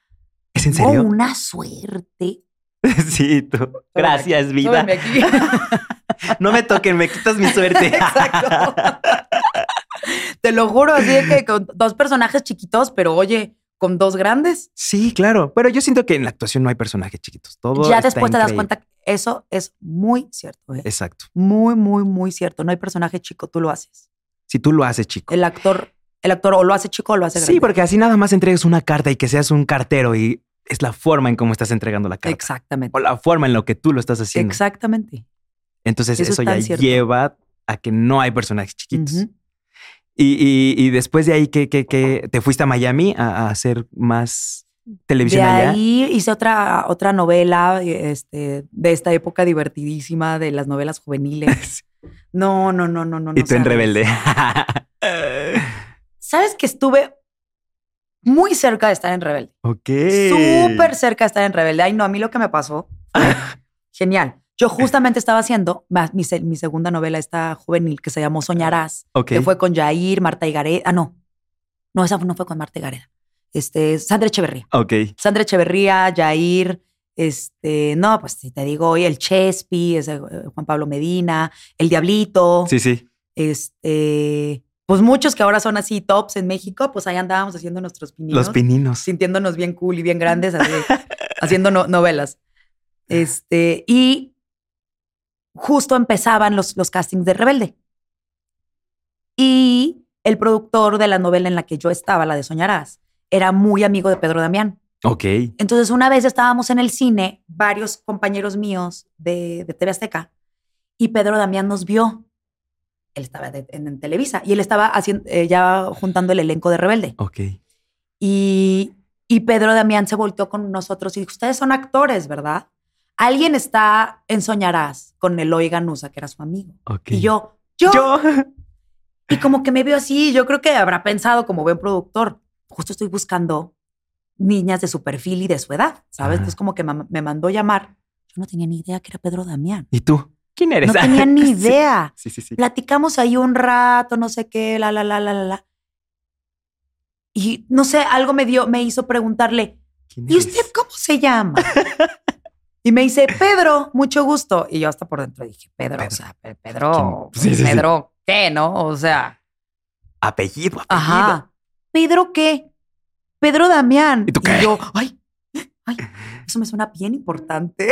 Speaker 1: ¿Es en
Speaker 2: tengo
Speaker 1: serio?
Speaker 2: una suerte.
Speaker 1: sí, tú. Gracias, vida.
Speaker 2: Súbeme aquí.
Speaker 1: No me toquen, me quitas mi suerte.
Speaker 2: Exacto. Te lo juro, así de que con dos personajes chiquitos, pero oye, con dos grandes.
Speaker 1: sí, claro. Pero yo siento que en la actuación no hay personajes chiquitos. Todo
Speaker 2: ya
Speaker 1: está
Speaker 2: después te das
Speaker 1: increíble.
Speaker 2: cuenta que eso es muy cierto. ¿eh?
Speaker 1: Exacto.
Speaker 2: Muy, muy, muy cierto. No hay personaje chico, tú lo haces.
Speaker 1: Si tú lo haces, chico.
Speaker 2: El actor, el actor o lo hace chico o lo hace grande.
Speaker 1: Sí, porque así nada más entregues una carta y que seas un cartero y es la forma en cómo estás entregando la carta.
Speaker 2: Exactamente.
Speaker 1: O la forma en la que tú lo estás haciendo.
Speaker 2: Exactamente.
Speaker 1: Entonces eso,
Speaker 2: Eso es tan
Speaker 1: ya
Speaker 2: cierto.
Speaker 1: lleva a que no hay personajes chiquitos.
Speaker 2: Ujú.
Speaker 1: y, y- y después de ahí, ¿qué, qué, qué? te fuiste a Miami a, a hacer más televisión
Speaker 2: de
Speaker 1: allá?
Speaker 2: ahí hice otra, otra novela este, de esta época divertidísima de las novelas juveniles. No, no, no, no, no.
Speaker 1: y
Speaker 2: no
Speaker 1: tú en
Speaker 2: sabes.
Speaker 1: Rebelde.
Speaker 2: ¿Sabes que estuve muy cerca de estar en Rebelde?
Speaker 1: ok.
Speaker 2: Súper cerca de estar en Rebelde. Ay, no, a mí lo que me pasó fue genial. Yo justamente estaba haciendo ma- mi, se- mi segunda novela, esta juvenil, que se llamó Soñarás,
Speaker 1: Ok.
Speaker 2: que fue con Jair, Marta Higareda. Ah, no. No, esa no fue con Marta Higareda. Este, Sandra Echeverría.
Speaker 1: Ok.
Speaker 2: Sandra Echeverría, Jair, este, no, pues si te digo hoy el Chespi, ese, eh, Juan Pablo Medina, el Diablito
Speaker 1: Sí, sí.
Speaker 2: este, pues muchos que ahora son así tops en México, pues ahí andábamos haciendo nuestros pininos,
Speaker 1: Los pininos.
Speaker 2: sintiéndonos bien cool y bien grandes, así, haciendo no- novelas. Este, y justo empezaban los, los castings de Rebelde. Y el productor de la novela en la que yo estaba, la de Soñarás, era muy amigo de Pedro Damián.
Speaker 1: Ok.
Speaker 2: Entonces, una vez estábamos en el cine, varios compañeros míos de, de TV Azteca, y Pedro Damián nos vio. Él estaba de- en, en Televisa y él estaba haciendo, eh, ya juntando el elenco de Rebelde.
Speaker 1: Ok.
Speaker 2: Y, y Pedro Damián se volteó con nosotros y dijo: Ustedes son actores, ¿verdad? Alguien está en Soñarás con Eloy Ganusa, que era su amigo.
Speaker 1: Ok.
Speaker 2: Y yo, yo,
Speaker 1: Yo.
Speaker 2: y como que me vio así, yo creo que habrá pensado como buen productor, justo estoy buscando niñas de su perfil y de su edad, ¿sabes?
Speaker 1: Ajá.
Speaker 2: Entonces como que ma- me mandó llamar. Yo no tenía ni idea que era Pedro Damián.
Speaker 1: ¿Y tú? ¿Quién eres?
Speaker 2: No tenía ni idea.
Speaker 1: Sí, sí, sí.
Speaker 2: Platicamos ahí un rato, no sé qué, la, la, la, la, la, la. Y no sé, algo me dio, me hizo preguntarle,
Speaker 1: ¿Quién
Speaker 2: ¿y
Speaker 1: eres?
Speaker 2: usted cómo se llama? y me dice, Pedro, mucho gusto. Y yo hasta por dentro dije, Pedro, o
Speaker 1: Pedro.
Speaker 2: sea, Pe- Pedro,
Speaker 1: ¿Quién? Sí, sí, sí.
Speaker 2: Pedro, ¿qué, no? O sea,
Speaker 1: Apellido, apellido.
Speaker 2: ajá. ¿Pedro qué? Pedro Damián.
Speaker 1: ¿Y tú qué?
Speaker 2: yo, ay, ay, eso me suena bien importante.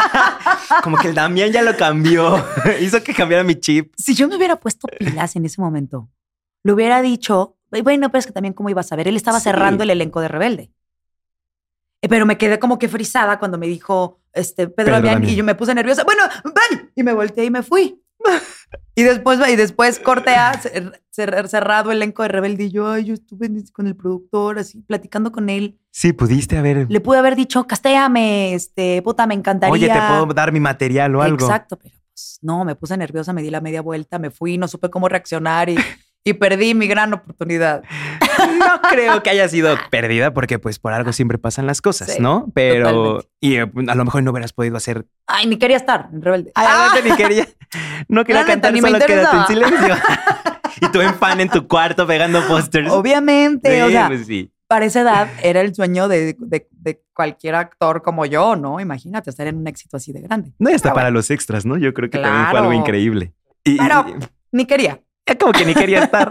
Speaker 1: Como que el Damián ya lo cambió. Hizo que cambiara mi chip.
Speaker 2: si yo me hubiera puesto
Speaker 1: Eh.
Speaker 2: pilas en ese momento, le hubiera dicho, "Ay, bueno, pero es que también cómo iba a saber, él estaba
Speaker 1: Sí.
Speaker 2: cerrando el elenco de Rebelde. Eh, Pero me quedé como que frisada cuando me dijo este, Pedro
Speaker 1: Pedro
Speaker 2: Damián y
Speaker 1: Damián.
Speaker 2: yo me puse nerviosa. Bueno, ven. Y me volteé y me fui. Y después, y después corte A, cer- cer- cerrado el elenco de Rebelde. Y yo, ay, yo estuve en- con el productor, así, platicando con él.
Speaker 1: Sí, pudiste haber.
Speaker 2: Le pude haber dicho, castéame, este, puta, me encantaría.
Speaker 1: Oye, te puedo dar mi material o algo.
Speaker 2: Exacto, pero pues, no, me puse nerviosa, me di la media vuelta, me fui, no supe cómo reaccionar y, y perdí mi gran oportunidad.
Speaker 1: No creo que haya sido perdida porque pues por algo siempre pasan las cosas,
Speaker 2: Sí,
Speaker 1: ¿no? Pero
Speaker 2: totalmente.
Speaker 1: y eh, a lo mejor no hubieras podido hacer.
Speaker 2: Ay, ni quería estar en rebelde.
Speaker 1: Ay,
Speaker 2: Ah,
Speaker 1: adelante, ni quería. No quería
Speaker 2: La neta,
Speaker 1: cantar,
Speaker 2: ni me
Speaker 1: solo quédate en
Speaker 2: interesaba.
Speaker 1: silencio. y tú en fan en tu cuarto pegando pósters.
Speaker 2: obviamente, o
Speaker 1: Sí,
Speaker 2: sea,
Speaker 1: pues, sí.
Speaker 2: para esa edad era el sueño de, de- de cualquier actor como yo, ¿no? Imagínate estar en un éxito así de grande.
Speaker 1: No, y hasta
Speaker 2: Ah,
Speaker 1: para los extras, ¿no? Yo creo que también fue
Speaker 2: Claro.
Speaker 1: algo increíble. Y, y-
Speaker 2: Pero- Ni quería.
Speaker 1: ya como que ni quería estar.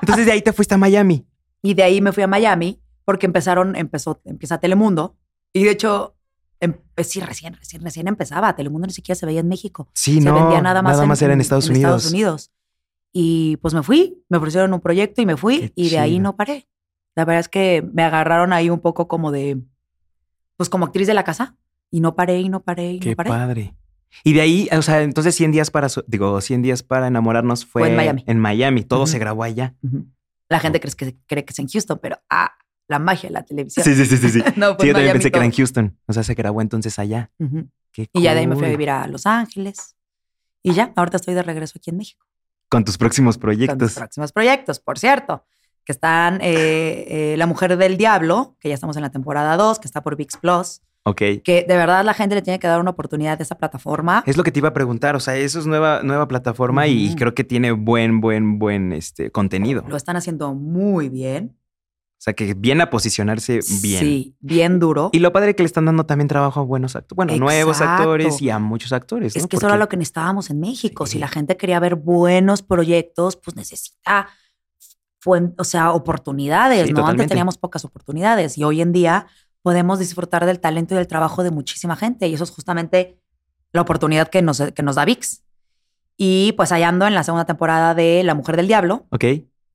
Speaker 1: Entonces de ahí te fuiste a Miami.
Speaker 2: Y de ahí me fui a Miami porque empezaron, empezó, empieza Telemundo. Y de hecho, em- pues sí, recién, recién, recién empezaba. Telemundo ni siquiera se veía en México.
Speaker 1: Sí,
Speaker 2: se
Speaker 1: no.
Speaker 2: vendía nada más,
Speaker 1: era en Estados Unidos.
Speaker 2: Estados Unidos. Y pues me fui, me ofrecieron un proyecto y me fui
Speaker 1: Qué
Speaker 2: y de ahí
Speaker 1: chido.
Speaker 2: no paré. La verdad es que me agarraron ahí un poco como de, pues como actriz de la casa y no paré y no paré y
Speaker 1: Qué
Speaker 2: no paré.
Speaker 1: padre. Y de ahí, o sea, entonces 100 días para, so- digo, 100 días para enamorarnos fue,
Speaker 2: Fue en Miami.
Speaker 1: En Miami, todo
Speaker 2: Ujú.
Speaker 1: se grabó allá.
Speaker 2: Ujú. La gente cree que, cree que es en Houston, pero ah, la magia de la televisión.
Speaker 1: Sí, sí, sí, sí. sí. Sí, yo
Speaker 2: No,
Speaker 1: también
Speaker 2: Pues Miami
Speaker 1: pensé que era en
Speaker 2: todo.
Speaker 1: Houston. O sea, se grabó entonces allá.
Speaker 2: Ujú.
Speaker 1: Qué
Speaker 2: Y ya de ahí me fui a
Speaker 1: cool.
Speaker 2: vivir a Los Ángeles. Y ya, ahorita estoy de regreso aquí en México.
Speaker 1: Con tus próximos
Speaker 2: con mis
Speaker 1: proyectos.
Speaker 2: próximos proyectos, por cierto, que están eh, eh, La Mujer del Diablo, que ya estamos en la temporada 2, que está por VIX Plus,
Speaker 1: Ok.
Speaker 2: que de verdad la gente le tiene que dar una oportunidad a esa plataforma.
Speaker 1: Es lo que te iba a preguntar. O sea, eso es nueva, nueva plataforma y
Speaker 2: Ujú.
Speaker 1: creo que tiene buen, buen, buen este, contenido.
Speaker 2: Lo están haciendo muy bien.
Speaker 1: O sea, que viene a posicionarse bien.
Speaker 2: Sí, bien duro.
Speaker 1: Y lo padre que le están dando también trabajo a buenos actores, bueno, nuevos
Speaker 2: Exacto.
Speaker 1: actores y a muchos actores.
Speaker 2: es
Speaker 1: Pues ¿no?
Speaker 2: que eso era
Speaker 1: Porque-
Speaker 2: lo que necesitábamos en México.
Speaker 1: Sí.
Speaker 2: Si la gente quería ver buenos proyectos, pues necesita, fuen- o sea, oportunidades,
Speaker 1: Sí,
Speaker 2: ¿no? Antes
Speaker 1: totalmente.
Speaker 2: teníamos pocas oportunidades y hoy en día podemos disfrutar del talento y del trabajo de muchísima gente y eso es justamente la oportunidad que nos, que nos da VIX. Y pues allá ando en la segunda temporada de La Mujer del Diablo.
Speaker 1: Ok.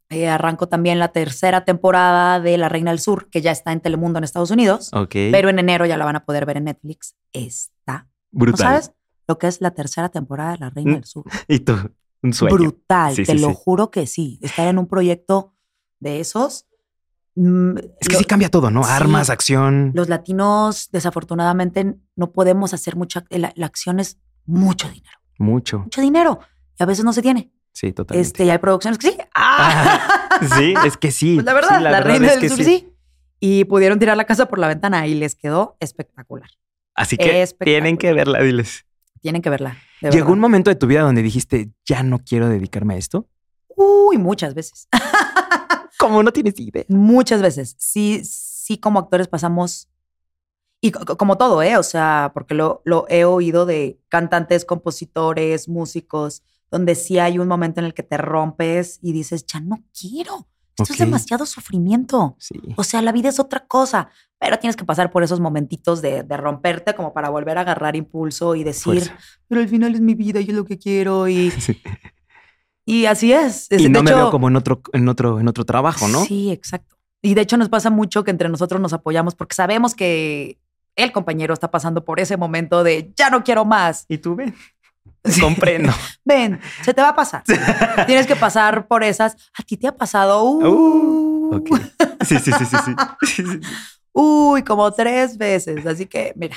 Speaker 2: Eh, arranco también la tercera temporada de La Reina del Sur, que ya está en Telemundo en Estados Unidos,
Speaker 1: Ok.
Speaker 2: pero en enero ya la van a poder ver en Netflix. Está ¿No
Speaker 1: Brutal.
Speaker 2: sabes lo que es la tercera temporada de La Reina
Speaker 1: Mm,
Speaker 2: del Sur?
Speaker 1: Y tú, un sueño.
Speaker 2: Brutal,
Speaker 1: Sí,
Speaker 2: te
Speaker 1: sí,
Speaker 2: lo
Speaker 1: sí.
Speaker 2: juro que sí. Estar en un proyecto de esos. mm,
Speaker 1: Es que
Speaker 2: lo-
Speaker 1: sí cambia todo, ¿no?
Speaker 2: Sí.
Speaker 1: Armas, acción.
Speaker 2: Los latinos, desafortunadamente, no podemos hacer mucha. La, la acción es mucho dinero,
Speaker 1: Mucho.
Speaker 2: mucho dinero. Y a veces no se tiene.
Speaker 1: Sí, totalmente.
Speaker 2: Este, y hay producciones que sí. ¡Ah!
Speaker 1: Ah, sí, es que sí.
Speaker 2: Pues la verdad,
Speaker 1: Sí,
Speaker 2: la, Reina
Speaker 1: es
Speaker 2: del
Speaker 1: que
Speaker 2: Sur sí. Y pudieron tirar la casa por la ventana y les quedó espectacular.
Speaker 1: Así que
Speaker 2: Espectacular.
Speaker 1: tienen que verla, diles.
Speaker 2: Tienen que verla. de
Speaker 1: ¿Llegó
Speaker 2: verdad.
Speaker 1: un momento de tu vida donde dijiste, ya no quiero dedicarme a esto?
Speaker 2: Uy, muchas veces.
Speaker 1: Como no tienes idea.
Speaker 2: Muchas veces. Sí, sí, como actores pasamos. Y co- co- como todo, ¿eh? O sea, porque lo, lo he oído de cantantes, compositores, músicos, donde sí hay un momento en el que te rompes y dices, ya no quiero. Esto es
Speaker 1: Ok.
Speaker 2: demasiado sufrimiento.
Speaker 1: Sí.
Speaker 2: O sea, la vida es otra cosa. Pero tienes que pasar por esos momentitos de, de romperte como para volver a agarrar impulso y decir,
Speaker 1: Fuerza.
Speaker 2: pero al final es mi vida y es lo que quiero. Y,
Speaker 1: Sí.
Speaker 2: y así es. Es-
Speaker 1: Y
Speaker 2: de
Speaker 1: no me
Speaker 2: hecho-
Speaker 1: veo como en otro, en otro, en otro trabajo, ¿no?
Speaker 2: Sí, exacto. Y de hecho nos pasa mucho que entre nosotros nos apoyamos porque sabemos que el compañero está pasando por ese momento de ya no quiero más.
Speaker 1: Y tú ven. Comprendo.
Speaker 2: Ven, se te va a pasar. Tienes que pasar por esas. A ti te ha pasado. Uh,
Speaker 1: Uh, ok. Sí, sí, sí, sí, sí. Sí, sí, sí.
Speaker 2: Uy, como tres veces. Así que, mira,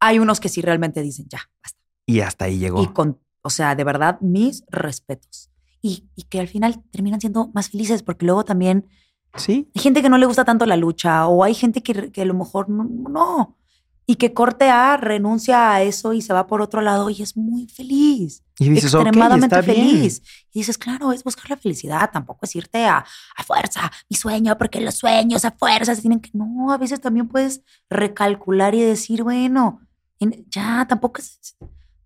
Speaker 2: hay unos que sí realmente dicen ya, basta.
Speaker 1: Y hasta ahí llegó.
Speaker 2: Y con, o sea, de verdad, mis respetos. Y, y que al final terminan siendo más felices porque luego también
Speaker 1: Sí.
Speaker 2: Hay gente que no le gusta tanto la lucha o hay gente que, que a lo mejor no, no. y que corte A renuncia a eso y se va por otro lado y es muy feliz.
Speaker 1: Y dices, ok,
Speaker 2: extremadamente
Speaker 1: está bien.
Speaker 2: feliz. Y dices, claro, es buscar la felicidad, tampoco es irte a, a fuerza, mi sueño, porque los sueños a fuerza se tienen que. No, a veces también puedes recalcular y decir, bueno, en- ya, tampoco es-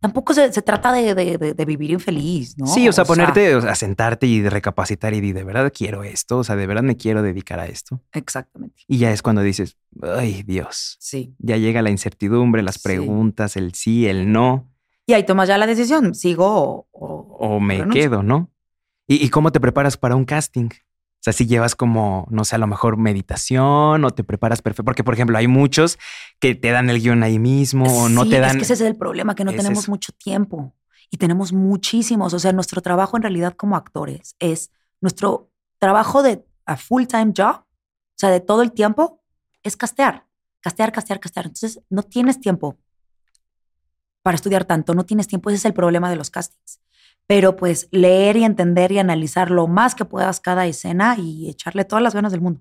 Speaker 2: Tampoco se, se trata de, de- de- de vivir infeliz, ¿no?
Speaker 1: Sí, o sea, ponerte, o sea, a sentarte y de recapacitar y di, de verdad quiero esto, o sea, de verdad me quiero dedicar a esto.
Speaker 2: exactamente.
Speaker 1: Y ya es cuando dices, ay Dios,
Speaker 2: Sí.
Speaker 1: ya llega la incertidumbre, las
Speaker 2: Sí.
Speaker 1: preguntas, el sí, el no,
Speaker 2: Y ahí tomas ya la decisión, sigo o, o-
Speaker 1: o me
Speaker 2: renuncio.
Speaker 1: quedo, ¿no? ¿Y, y cómo te preparas para un casting? O sea, si llevas como, no sé, a lo mejor meditación o te preparas perfecto. Porque, por ejemplo, hay muchos que te dan el guión ahí mismo o no
Speaker 2: Sí,
Speaker 1: te dan.
Speaker 2: Es que ese es el problema, que no
Speaker 1: Es
Speaker 2: tenemos
Speaker 1: eso.
Speaker 2: mucho tiempo y tenemos muchísimos. O sea, nuestro trabajo en realidad como actores es nuestro trabajo de a full time job, o sea, de todo el tiempo, es castear, castear, castear, castear. Entonces, no tienes tiempo para estudiar tanto, no tienes tiempo. Ese es el problema de los castings. Pero pues leer y entender y analizar lo más que puedas cada escena y echarle todas las ganas del mundo.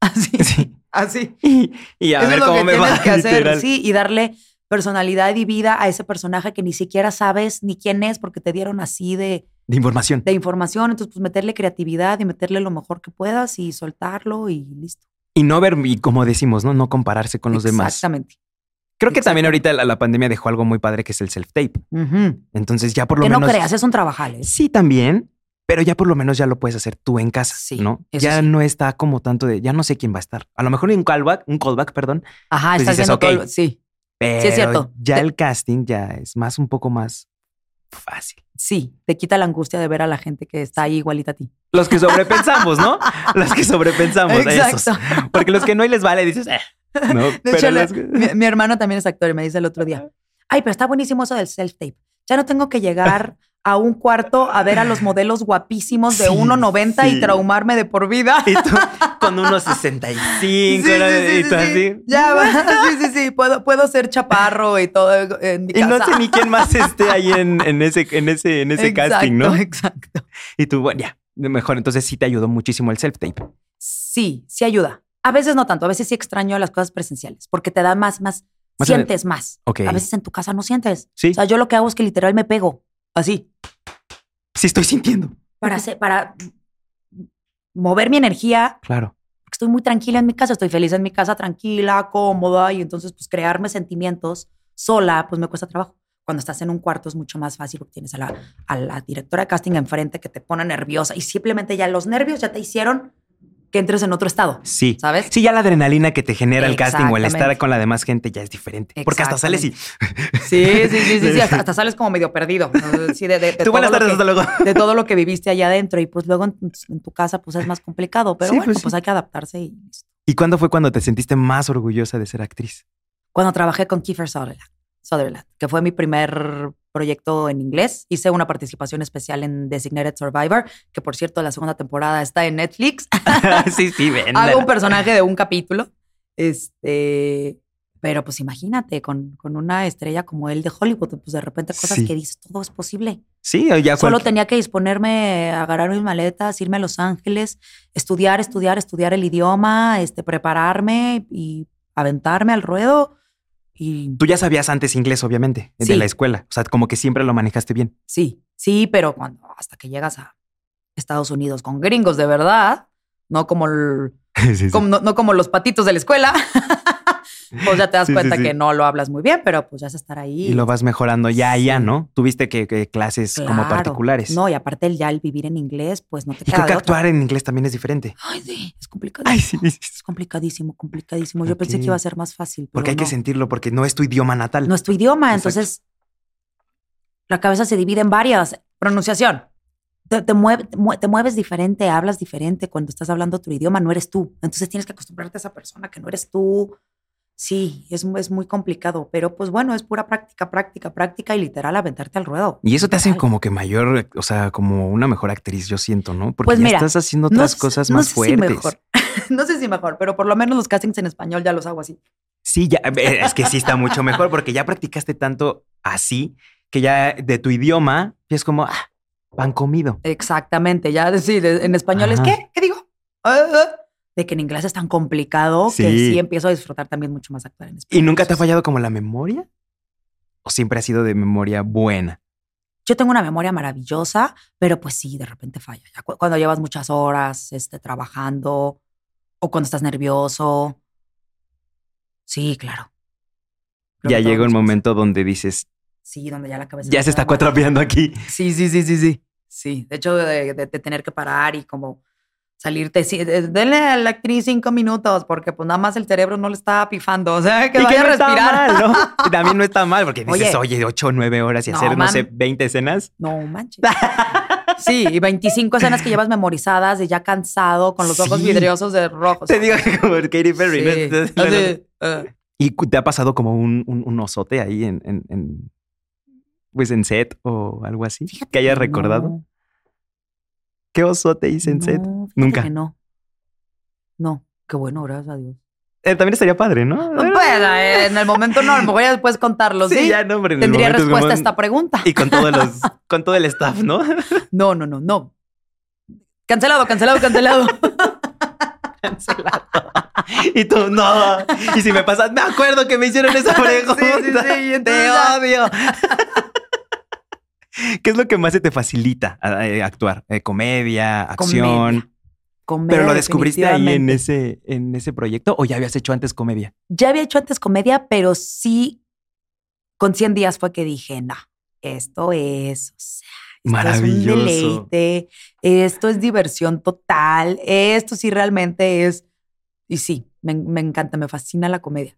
Speaker 2: Así.
Speaker 1: Sí.
Speaker 2: Así.
Speaker 1: Y, y a
Speaker 2: Eso
Speaker 1: ver
Speaker 2: es lo
Speaker 1: cómo
Speaker 2: que
Speaker 1: me
Speaker 2: tienes
Speaker 1: va
Speaker 2: que hacer,
Speaker 1: literal.
Speaker 2: sí, y darle personalidad y vida a ese personaje que ni siquiera sabes ni quién es porque te dieron así de,
Speaker 1: De información.
Speaker 2: de información. Entonces, pues meterle creatividad y meterle lo mejor que puedas y soltarlo y listo.
Speaker 1: Y no ver, y como decimos, ¿no? No compararse con los demás.
Speaker 2: Exactamente.
Speaker 1: Creo que también ahorita la, la pandemia dejó algo muy padre que es el self-tape.
Speaker 2: Ujú.
Speaker 1: Entonces ya por lo
Speaker 2: Que
Speaker 1: menos. Pues
Speaker 2: no creas, es un trabajal. ¿eh?
Speaker 1: Sí, también, pero ya por lo menos ya lo puedes hacer tú en casa,
Speaker 2: Sí,
Speaker 1: ¿no?
Speaker 2: eso
Speaker 1: Ya
Speaker 2: sí.
Speaker 1: no está como tanto de, ya no sé quién va a estar. A lo mejor en un callback, un callback, perdón,
Speaker 2: Ajá,
Speaker 1: Pues
Speaker 2: estás
Speaker 1: dices,
Speaker 2: haciendo
Speaker 1: ok.
Speaker 2: todo. lo- Sí,
Speaker 1: pero
Speaker 2: Sí, es cierto.
Speaker 1: ya
Speaker 2: Te-
Speaker 1: el casting ya es más, un poco más fácil.
Speaker 2: sí, te quita la angustia de ver a la gente que está ahí igualita a ti.
Speaker 1: Los que sobrepensamos, ¿no? Los que sobrepensamos, esos. Porque los que no y les vale, dices, eh, ¿no?
Speaker 2: De hecho, la-
Speaker 1: los que-
Speaker 2: mi, mi hermano también es actor y me dice el otro día, ay, pero está buenísimo eso del self-tape. Ya no tengo que llegar a un cuarto a ver a los modelos guapísimos de
Speaker 1: Sí,
Speaker 2: 1,90
Speaker 1: sí.
Speaker 2: y traumarme de por vida.
Speaker 1: Y tú con unos 65
Speaker 2: Sí,
Speaker 1: ¿no?
Speaker 2: sí, sí,
Speaker 1: y tú
Speaker 2: sí,
Speaker 1: así.
Speaker 2: sí. Ya va. Sí, sí, sí. Puedo, puedo ser chaparro y todo en mi
Speaker 1: Y
Speaker 2: casa.
Speaker 1: no sé ni quién más esté ahí en, en ese, en ese, en ese
Speaker 2: Exacto,
Speaker 1: casting, ¿no?
Speaker 2: Exacto.
Speaker 1: Y tú, bueno, ya, mejor. Entonces sí te ayudó muchísimo el self-tape.
Speaker 2: Sí, sí ayuda. A veces no tanto, a veces sí extraño las cosas presenciales, porque te da más, más,
Speaker 1: Más
Speaker 2: sientes más.
Speaker 1: Ok.
Speaker 2: A veces en tu casa no sientes.
Speaker 1: Sí,
Speaker 2: O sea, yo lo que hago es que literal me pego, así.
Speaker 1: sí estoy sintiendo.
Speaker 2: para, hacer- para mover mi energía.
Speaker 1: Claro.
Speaker 2: porque Estoy muy tranquila en mi casa, estoy feliz en mi casa, tranquila, cómoda, y entonces, pues, crearme sentimientos sola, pues me cuesta trabajo. Cuando estás en un cuarto es mucho más fácil porque tienes a la, a la directora de casting enfrente que te pone nerviosa y simplemente ya los nervios ya te hicieron que entres en otro estado,
Speaker 1: Sí.
Speaker 2: ¿sabes?
Speaker 1: Sí, ya la adrenalina que te genera el casting o el estar
Speaker 2: Exactamente.
Speaker 1: con la demás gente ya es diferente. Porque hasta sales y
Speaker 2: Sí, sí, sí, sí, sí, hasta, hasta sales como medio perdido. ¿no? Sí, de, de- de
Speaker 1: tú buenas
Speaker 2: todo lo
Speaker 1: tardes, hasta
Speaker 2: que-
Speaker 1: luego.
Speaker 2: de todo lo que viviste allá adentro y pues luego en, en tu casa pues es más complicado, pero
Speaker 1: Sí,
Speaker 2: bueno,
Speaker 1: pues sí.
Speaker 2: pues hay que adaptarse y listo.
Speaker 1: ¿Y cuándo fue cuando te sentiste más orgullosa de ser actriz?
Speaker 2: cuando trabajé con Kiefer Sutherland, Sutherland, que fue mi primer proyecto en inglés. Hice una participación especial en Designated Survivor, que por cierto la segunda temporada está en Netflix.
Speaker 1: sí, sí, ven.
Speaker 2: Hago un personaje de un capítulo. Este, pero pues imagínate, con, con una estrella como él de Hollywood, pues de repente cosas
Speaker 1: Sí.
Speaker 2: que dices, todo es posible.
Speaker 1: Sí, ya
Speaker 2: Solo
Speaker 1: cual-
Speaker 2: tenía que disponerme, a agarrar mis maletas, irme a Los Ángeles, estudiar, estudiar, estudiar el idioma, este, prepararme y aventarme al ruedo. Y
Speaker 1: Tú ya sabías antes inglés, obviamente, de
Speaker 2: Sí.
Speaker 1: la escuela. O sea, como que siempre lo manejaste bien.
Speaker 2: Sí, sí, pero cuando hasta que llegas a Estados Unidos con gringos de verdad, no como, el-
Speaker 1: Sí, sí.
Speaker 2: como- no, no como los patitos de la escuela, pues ya te das
Speaker 1: Sí, sí,
Speaker 2: cuenta
Speaker 1: sí.
Speaker 2: que no lo hablas muy bien, pero pues ya es estar ahí.
Speaker 1: Y lo vas mejorando ya, ya, ¿no? Tuviste que, que clases como
Speaker 2: Claro.
Speaker 1: particulares.
Speaker 2: No, y aparte el ya el vivir en inglés, pues no te
Speaker 1: y
Speaker 2: queda
Speaker 1: creo que
Speaker 2: de otra.
Speaker 1: actuar en inglés también es diferente.
Speaker 2: Ay, sí, es complicado.
Speaker 1: Ay, sí, sí, sí.
Speaker 2: Es complicadísimo, complicadísimo. Yo pensé
Speaker 1: Ok.
Speaker 2: que iba a ser más fácil. Pero
Speaker 1: Porque hay
Speaker 2: no.
Speaker 1: que sentirlo, porque no es tu idioma natal.
Speaker 2: No es tu idioma,
Speaker 1: Exacto.
Speaker 2: entonces la cabeza se divide en varias. Pronunciación. Te, te mueve- te mue- te mueves diferente, hablas diferente. Cuando estás hablando tu idioma, no eres tú. Entonces tienes que acostumbrarte a esa persona que no eres tú. Sí, es, mu- es muy complicado, pero pues bueno, es pura práctica, práctica, práctica y literal aventarte al ruedo.
Speaker 1: Y eso te hace
Speaker 2: Literal.
Speaker 1: como que mayor, eh, o sea, como una mejor actriz, yo siento, ¿no? Porque
Speaker 2: Pues
Speaker 1: ya
Speaker 2: mira,
Speaker 1: estás haciendo
Speaker 2: No
Speaker 1: otras
Speaker 2: sé-
Speaker 1: cosas
Speaker 2: no
Speaker 1: más
Speaker 2: sé si
Speaker 1: fuertes.
Speaker 2: mejor. no sé si mejor, pero por lo menos los castings en español ya los hago así.
Speaker 1: Sí, ya, eh, es que sí está mucho mejor porque ya practicaste tanto así que ya de tu idioma ya es como ah, pan comido.
Speaker 2: Exactamente, ya decir en español es
Speaker 1: Ajá.
Speaker 2: ¿qué? ¿Qué digo? Ah, ah. de que en inglés es tan complicado que
Speaker 1: Sí.
Speaker 2: sí empiezo a disfrutar también mucho más actuar en español.
Speaker 1: ¿Y nunca te ha
Speaker 2: Entonces,
Speaker 1: fallado como la memoria? ¿O siempre ha sido de memoria buena?
Speaker 2: Yo tengo una memoria maravillosa, pero pues sí, de repente falla. Ya cu- cuando llevas muchas horas este, trabajando o cuando estás nervioso. Sí, claro. Creo
Speaker 1: ya
Speaker 2: que todo
Speaker 1: llega un
Speaker 2: nos pasa.
Speaker 1: momento donde dices,
Speaker 2: Sí, donde ya la cabeza.
Speaker 1: ya se está
Speaker 2: queda mal.
Speaker 1: cuatropeando aquí.
Speaker 2: Sí, sí, sí, sí, sí. Sí, de hecho, de, de- de tener que parar y como salirte. Sí, de- denle a la actriz cinco minutos porque pues nada más el cerebro no le está pifando. O sea, que
Speaker 1: y que
Speaker 2: vaya
Speaker 1: no
Speaker 2: a
Speaker 1: está
Speaker 2: respirar.
Speaker 1: mal, ¿no? Y también no está mal, porque dices,
Speaker 2: Oye.
Speaker 1: oye, ocho o nueve horas y
Speaker 2: No,
Speaker 1: hacer, no
Speaker 2: man.
Speaker 1: sé, 20 escenas.
Speaker 2: No manches. Sí, y 25 escenas que llevas memorizadas de ya cansado, con los ojos
Speaker 1: Sí.
Speaker 2: vidriosos de rojos.
Speaker 1: Te digo que como Katy Perry. ¿no?
Speaker 2: Sí.
Speaker 1: Entonces,
Speaker 2: Así,
Speaker 1: luego-
Speaker 2: eh,
Speaker 1: ¿Y cu- te ha pasado como un, un, un osote ahí en, en, en- pues en set o algo así?
Speaker 2: fíjate
Speaker 1: ¿Que hayas recordado?
Speaker 2: no,
Speaker 1: ¿Qué osote hice en set?
Speaker 2: no, fíjate
Speaker 1: Nunca.
Speaker 2: que no. No, qué bueno, gracias a Dios.
Speaker 1: Eh, también estaría padre, ¿no?
Speaker 2: Pues eh, en el momento no, a lo mejor ya después contarlo, ¿sí?
Speaker 1: sí, ya no, pero en el
Speaker 2: Tendría
Speaker 1: momento es como
Speaker 2: respuesta a
Speaker 1: un-
Speaker 2: esta pregunta.
Speaker 1: Y con todos los, con todo el staff, ¿no?
Speaker 2: No, no, no, no. Cancelado, cancelado, cancelado.
Speaker 1: Y tú, no. Y si me pasas, me acuerdo que me hicieron esa pregunta.
Speaker 2: sí, y entonces
Speaker 1: te
Speaker 2: ya.
Speaker 1: odio. ¿Qué es lo que más se te facilita a- eh, actuar? Eh, comedia, acción.
Speaker 2: Comedia. Comedia,
Speaker 1: Pero lo descubriste ahí en ese,
Speaker 2: definitivamente.
Speaker 1: en ese proyecto o ya habías hecho antes comedia.
Speaker 2: Ya había hecho antes comedia, pero sí con 100 días fue que dije, no, esto es, o sea, esto es un
Speaker 1: Maravilloso.
Speaker 2: deleite, esto es diversión total, esto sí realmente es, y sí, me, me encanta, me fascina la comedia.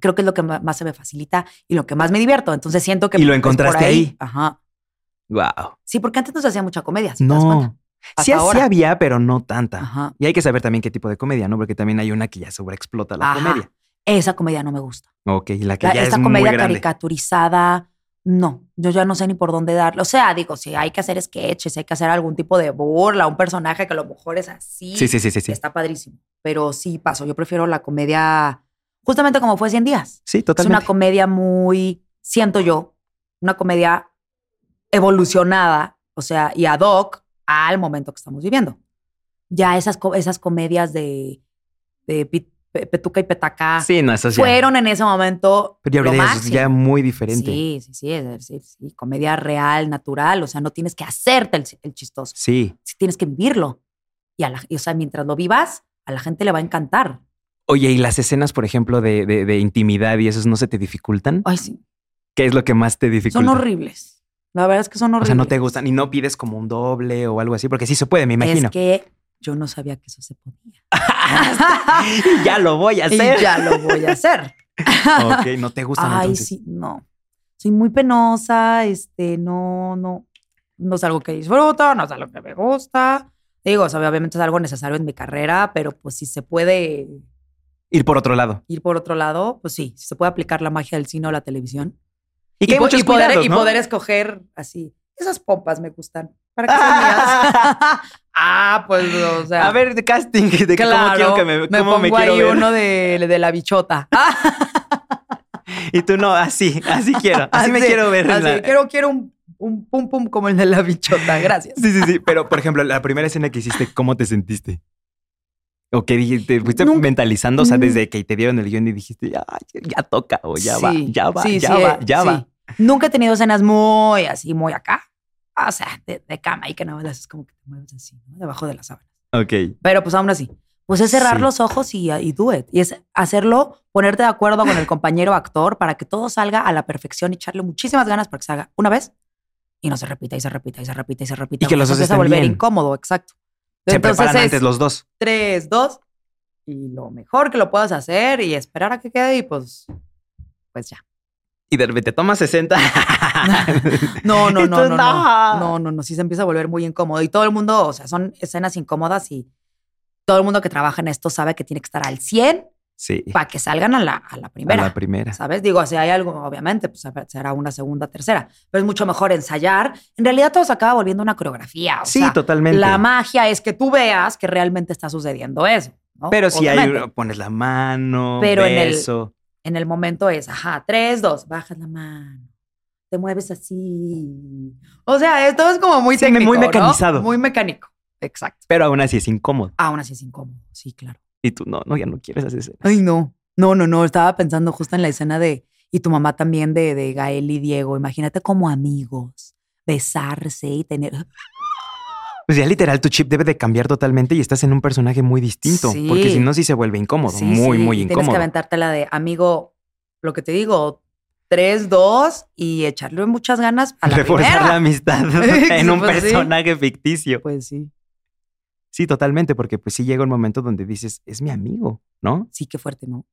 Speaker 2: Creo que es lo que ma- más se me facilita y lo que más me divierto. Entonces siento que...
Speaker 1: Y lo
Speaker 2: pues, por
Speaker 1: encontraste ahí.
Speaker 2: Ajá.
Speaker 1: Wow.
Speaker 2: Sí, porque antes no se hacía mucha comedia. si te das cuenta.
Speaker 1: No. Sí,
Speaker 2: Hasta
Speaker 1: sí
Speaker 2: ahora.
Speaker 1: había, pero no tanta.
Speaker 2: Ajá.
Speaker 1: Y hay que saber también qué tipo de comedia, ¿no? Porque también hay una que ya sobreexplota la
Speaker 2: Ajá.
Speaker 1: comedia.
Speaker 2: Esa comedia no me gusta.
Speaker 1: Ok, y la que
Speaker 2: La-
Speaker 1: ya
Speaker 2: esta
Speaker 1: es muy
Speaker 2: comedia
Speaker 1: grande.
Speaker 2: caricaturizada, no. Yo ya no sé ni por dónde darle. O sea, digo, si hay que hacer sketches, hay que hacer algún tipo de burla, un personaje que a lo mejor es así.
Speaker 1: Sí, sí, sí, sí, sí.
Speaker 2: Está padrísimo. Pero sí, paso. Yo prefiero la comedia, justamente como fue 100 días.
Speaker 1: Sí,
Speaker 2: Es
Speaker 1: totalmente.
Speaker 2: una comedia muy, siento yo, una comedia evolucionada, o sea, y ad hoc al momento que estamos viviendo. Ya esas, co- esas comedias de, de pit- pe- petuca y petacá
Speaker 1: Sí, no, esas ya-
Speaker 2: fueron en ese momento
Speaker 1: Pero ya
Speaker 2: lo
Speaker 1: ahorita es
Speaker 2: máximo.
Speaker 1: ya muy diferente. Sí.
Speaker 2: Sí, sí, sí, es decir, sí, comedia real, natural, o sea, no tienes que hacerte el, el chistoso, sí tienes que vivirlo. Y, a la- y, o sea, mientras lo vivas, a la gente le va a encantar.
Speaker 1: Oye, y las escenas, por ejemplo, de, de- de intimidad y esos no se te dificultan.
Speaker 2: Ay, sí,
Speaker 1: ¿Qué es lo que más te dificulta?
Speaker 2: son horribles. La verdad es que son
Speaker 1: O
Speaker 2: horribles.
Speaker 1: sea, no te gustan y no pides como un doble o algo así, porque sí se puede, me imagino.
Speaker 2: Es que yo no sabía que eso se podía.
Speaker 1: Y ya lo voy a
Speaker 2: y
Speaker 1: hacer.
Speaker 2: ya lo voy a hacer.
Speaker 1: Ok, no te gustan
Speaker 2: Ay,
Speaker 1: entonces.
Speaker 2: sí, no. Soy muy penosa, este, no, no. No es algo que disfruto, no es algo que me gusta. Digo, o sea, obviamente es algo necesario en mi carrera, pero pues si se puede
Speaker 1: Ir por otro lado.
Speaker 2: ir por otro lado, pues sí, si se puede aplicar la magia del cine o la televisión.
Speaker 1: Y que hay
Speaker 2: po-
Speaker 1: muchos
Speaker 2: poder,
Speaker 1: cuidados,
Speaker 2: y
Speaker 1: ¿no?
Speaker 2: poder escoger así. Esas pompas me gustan. ¿Para qué son mías? ah, pues, o sea.
Speaker 1: A ver, de casting, de que cómo quiero que me, cómo me
Speaker 2: pongo
Speaker 1: quiero
Speaker 2: ahí
Speaker 1: ver.
Speaker 2: uno de, de la bichota.
Speaker 1: Y tú no, así, así quiero, así, me quiero ver. en
Speaker 2: Ah, así,
Speaker 1: la-
Speaker 2: quiero, quiero un, un pum pum como el de la bichota. Gracias.
Speaker 1: Sí, sí, sí. Pero, por ejemplo, la primera escena que hiciste, ¿cómo te sentiste? ¿O qué dijiste? ¿Te fuiste
Speaker 2: Nunca-
Speaker 1: mentalizando? O sea,
Speaker 2: Mm.
Speaker 1: desde que te dieron el guión y dijiste, ya, ya toca, o pues ya va,
Speaker 2: Sí,
Speaker 1: ya va,
Speaker 2: sí,
Speaker 1: ya
Speaker 2: sí,
Speaker 1: va,
Speaker 2: eh,
Speaker 1: ya
Speaker 2: sí.
Speaker 1: va.
Speaker 2: Nunca he tenido escenas muy así, muy acá. O sea, de, de cama y que nada más es como que te mueves así, ¿no? debajo de la sábana.
Speaker 1: Ok.
Speaker 2: Pero pues aún así. Pues es cerrar
Speaker 1: Sí.
Speaker 2: los ojos y, y do it. Y es hacerlo, ponerte de acuerdo con el compañero actor para que todo salga a la perfección y echarle muchísimas ganas para que salga una vez y no se repita y se repita y se repita y se repita.
Speaker 1: Y que los
Speaker 2: Se
Speaker 1: dos
Speaker 2: empieza a
Speaker 1: estén
Speaker 2: volver
Speaker 1: bien.
Speaker 2: incómodo, exacto.
Speaker 1: Se
Speaker 2: Entonces
Speaker 1: preparan
Speaker 2: es
Speaker 1: antes los dos.
Speaker 2: tres, dos y lo mejor que lo puedas hacer y esperar a que quede y pues, pues ya.
Speaker 1: Y de repente tomas 60.
Speaker 2: No, no,
Speaker 1: Y
Speaker 2: no,
Speaker 1: tú, "No".
Speaker 2: no, no. No, no, no. Sí se empieza a volver muy incómodo. Y todo el mundo, o sea, son escenas incómodas y todo el mundo que trabaja en esto sabe que tiene que estar al 100
Speaker 1: Sí.
Speaker 2: para que salgan a la, a la
Speaker 1: A
Speaker 2: primera.
Speaker 1: la primera.
Speaker 2: ¿Sabes? Digo, si hay algo, obviamente, pues será una segunda, tercera. Pero es mucho mejor ensayar. En realidad todo se acaba volviendo una coreografía. O
Speaker 1: sí,
Speaker 2: sea,
Speaker 1: totalmente.
Speaker 2: La magia es que tú veas que realmente está sucediendo eso. ¿no?
Speaker 1: Pero si hay,
Speaker 2: Obviamente.
Speaker 1: pones la mano,
Speaker 2: Pero en el-
Speaker 1: beso.
Speaker 2: En el momento es, ajá, tres, dos, bajas la mano, te mueves así. O sea, esto es como muy
Speaker 1: Sí,
Speaker 2: técnico,
Speaker 1: muy
Speaker 2: ¿no?
Speaker 1: mecanizado.
Speaker 2: Muy mecánico. Exacto.
Speaker 1: Pero aún así es incómodo.
Speaker 2: Aún así es incómodo. Sí, claro.
Speaker 1: Y tú, no, no, ya no quieres hacer escenas.
Speaker 2: Ay, no. No, no, no. Estaba pensando justo en la escena de. Y tu mamá también de, de Gael y Diego. Imagínate como amigos. Besarse y tener.
Speaker 1: Pues ya literal, tu chip debe de cambiar totalmente y estás en un personaje muy distinto.
Speaker 2: Sí.
Speaker 1: Porque si no, sí se vuelve incómodo.
Speaker 2: Sí,
Speaker 1: muy,
Speaker 2: sí,
Speaker 1: muy
Speaker 2: y Tienes que
Speaker 1: incómodo.
Speaker 2: aventarte la de amigo, lo que te digo, tres, dos y echarle muchas ganas a la
Speaker 1: Reforzar
Speaker 2: primera.
Speaker 1: la amistad en un
Speaker 2: Pues sí.
Speaker 1: personaje ficticio.
Speaker 2: Pues sí.
Speaker 1: Sí, totalmente, porque pues sí llega un momento donde dices, es mi amigo, ¿no?
Speaker 2: Sí, qué fuerte, ¿no?